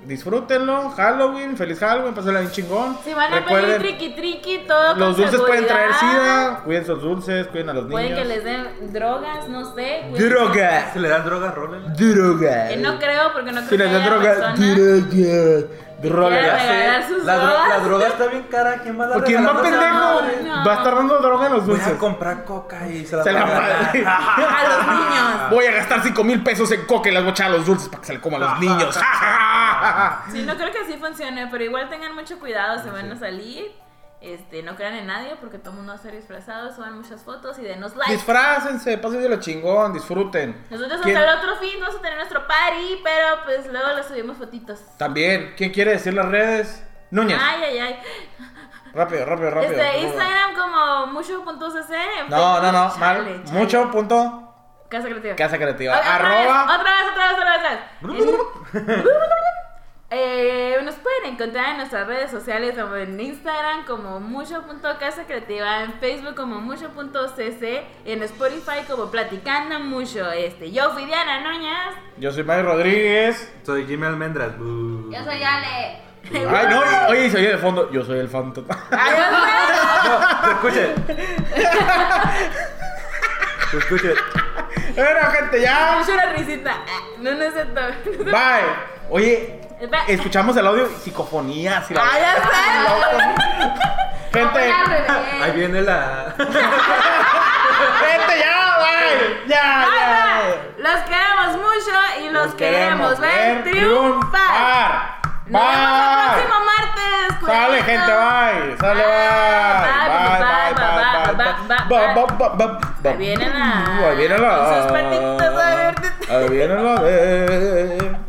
S1: disfrútenlo. Halloween, feliz Halloween, pásenla bien chingón.
S2: Si van a pedir
S1: Recuerden,
S2: triqui triqui, todo con
S1: los dulces pueden traer
S2: seguridad.
S1: sida. Cuiden sus dulces, cuiden a los
S2: Pueden
S1: niños.
S2: que les den drogas, no sé. cuiden-
S1: Droga,
S3: Si le dan droga, rolen.
S1: droga.
S2: Que no creo, porque no
S1: si
S2: creo que
S1: les dan
S2: haya
S1: droga,
S2: persona.
S1: droga,
S2: Para
S1: droga.
S2: Quiera- regalar sus
S3: la, dro-
S2: drogas.
S3: la droga está bien cara. ¿Quién va a la
S1: ¿Por quién va
S3: regalar?
S1: pendejo?
S2: No.
S1: Va a estar dando droga en los
S3: Voy
S1: dulces.
S3: a comprar coca y se la
S1: Se
S3: voy
S1: la
S3: a dar.
S1: va-
S2: A los niños.
S1: Voy a gastar 5 mil pesos en coca y las voy a echar a los dulces para que se le coma a los niños.
S2: Sí, no creo que así funcione, pero igual tengan mucho cuidado, se van a salir. Este, no crean en nadie porque todo el mundo va a estar disfrazado, suban muchas fotos y denos like.
S1: Disfrácense, pasen de lo chingón, disfruten.
S2: Nosotros
S1: ¿Quién-
S2: hasta el otro fin vamos a tener nuestro party, pero pues luego les subimos fotitos.
S1: También, ¿quién quiere decir las redes? Núñez.
S2: Ay, ay, ay.
S1: Rápido, rápido, rápido.
S2: Este, Instagram como mucho.cc. en
S1: No, no, no,
S2: Facebook,
S1: mal.
S2: chale, chale.
S1: Mucho punto.
S2: Casa creativa.
S1: Casa creativa.
S2: Ok, otra Vez,
S1: Arroba.
S2: otra vez, otra vez, otra vez, otra vez. Eh, nos pueden encontrar en nuestras redes sociales como en Instagram como mucho.casa creativa, en Facebook como mucho.cc, en Spotify como platicando mucho. Este, yo fui Diana Noñas.
S1: Yo soy Mario Rodríguez.
S3: Soy Jimmy Almendras. Bú.
S4: Yo soy
S1: Ay,
S4: Ale.
S1: no, y- oye, y se oye de fondo. Yo soy el fantasma.
S3: No, se escuche. Se escuche.
S1: Bueno, gente, ya.
S2: Mucho la risita. Ah, No, no es cierto.
S1: Bye. Oye,
S2: Bye.
S1: escuchamos el audio psicofonía. si la-
S2: Ah, ya sé.
S1: Gente,
S4: Hola, bebé.
S3: Ahí viene la.
S1: gente, ya, bye. Ya, ya.
S2: Los queremos mucho y los, queremos, ver triunfar.
S1: triunfar.
S2: Nos vemos el
S1: Bye.
S2: próximo martes.
S1: Sale
S2: cuidadito.
S1: gente, bye. Sale,
S2: Bye,
S1: bye. Bye, bye,
S2: bye, bye, bye,
S1: bye,
S2: bye,
S1: bye, bye, bye.
S2: Ahí viene la-
S1: Ahí viene
S2: con sus
S1: la.
S2: patitas, a ver.
S1: Ahí viene la.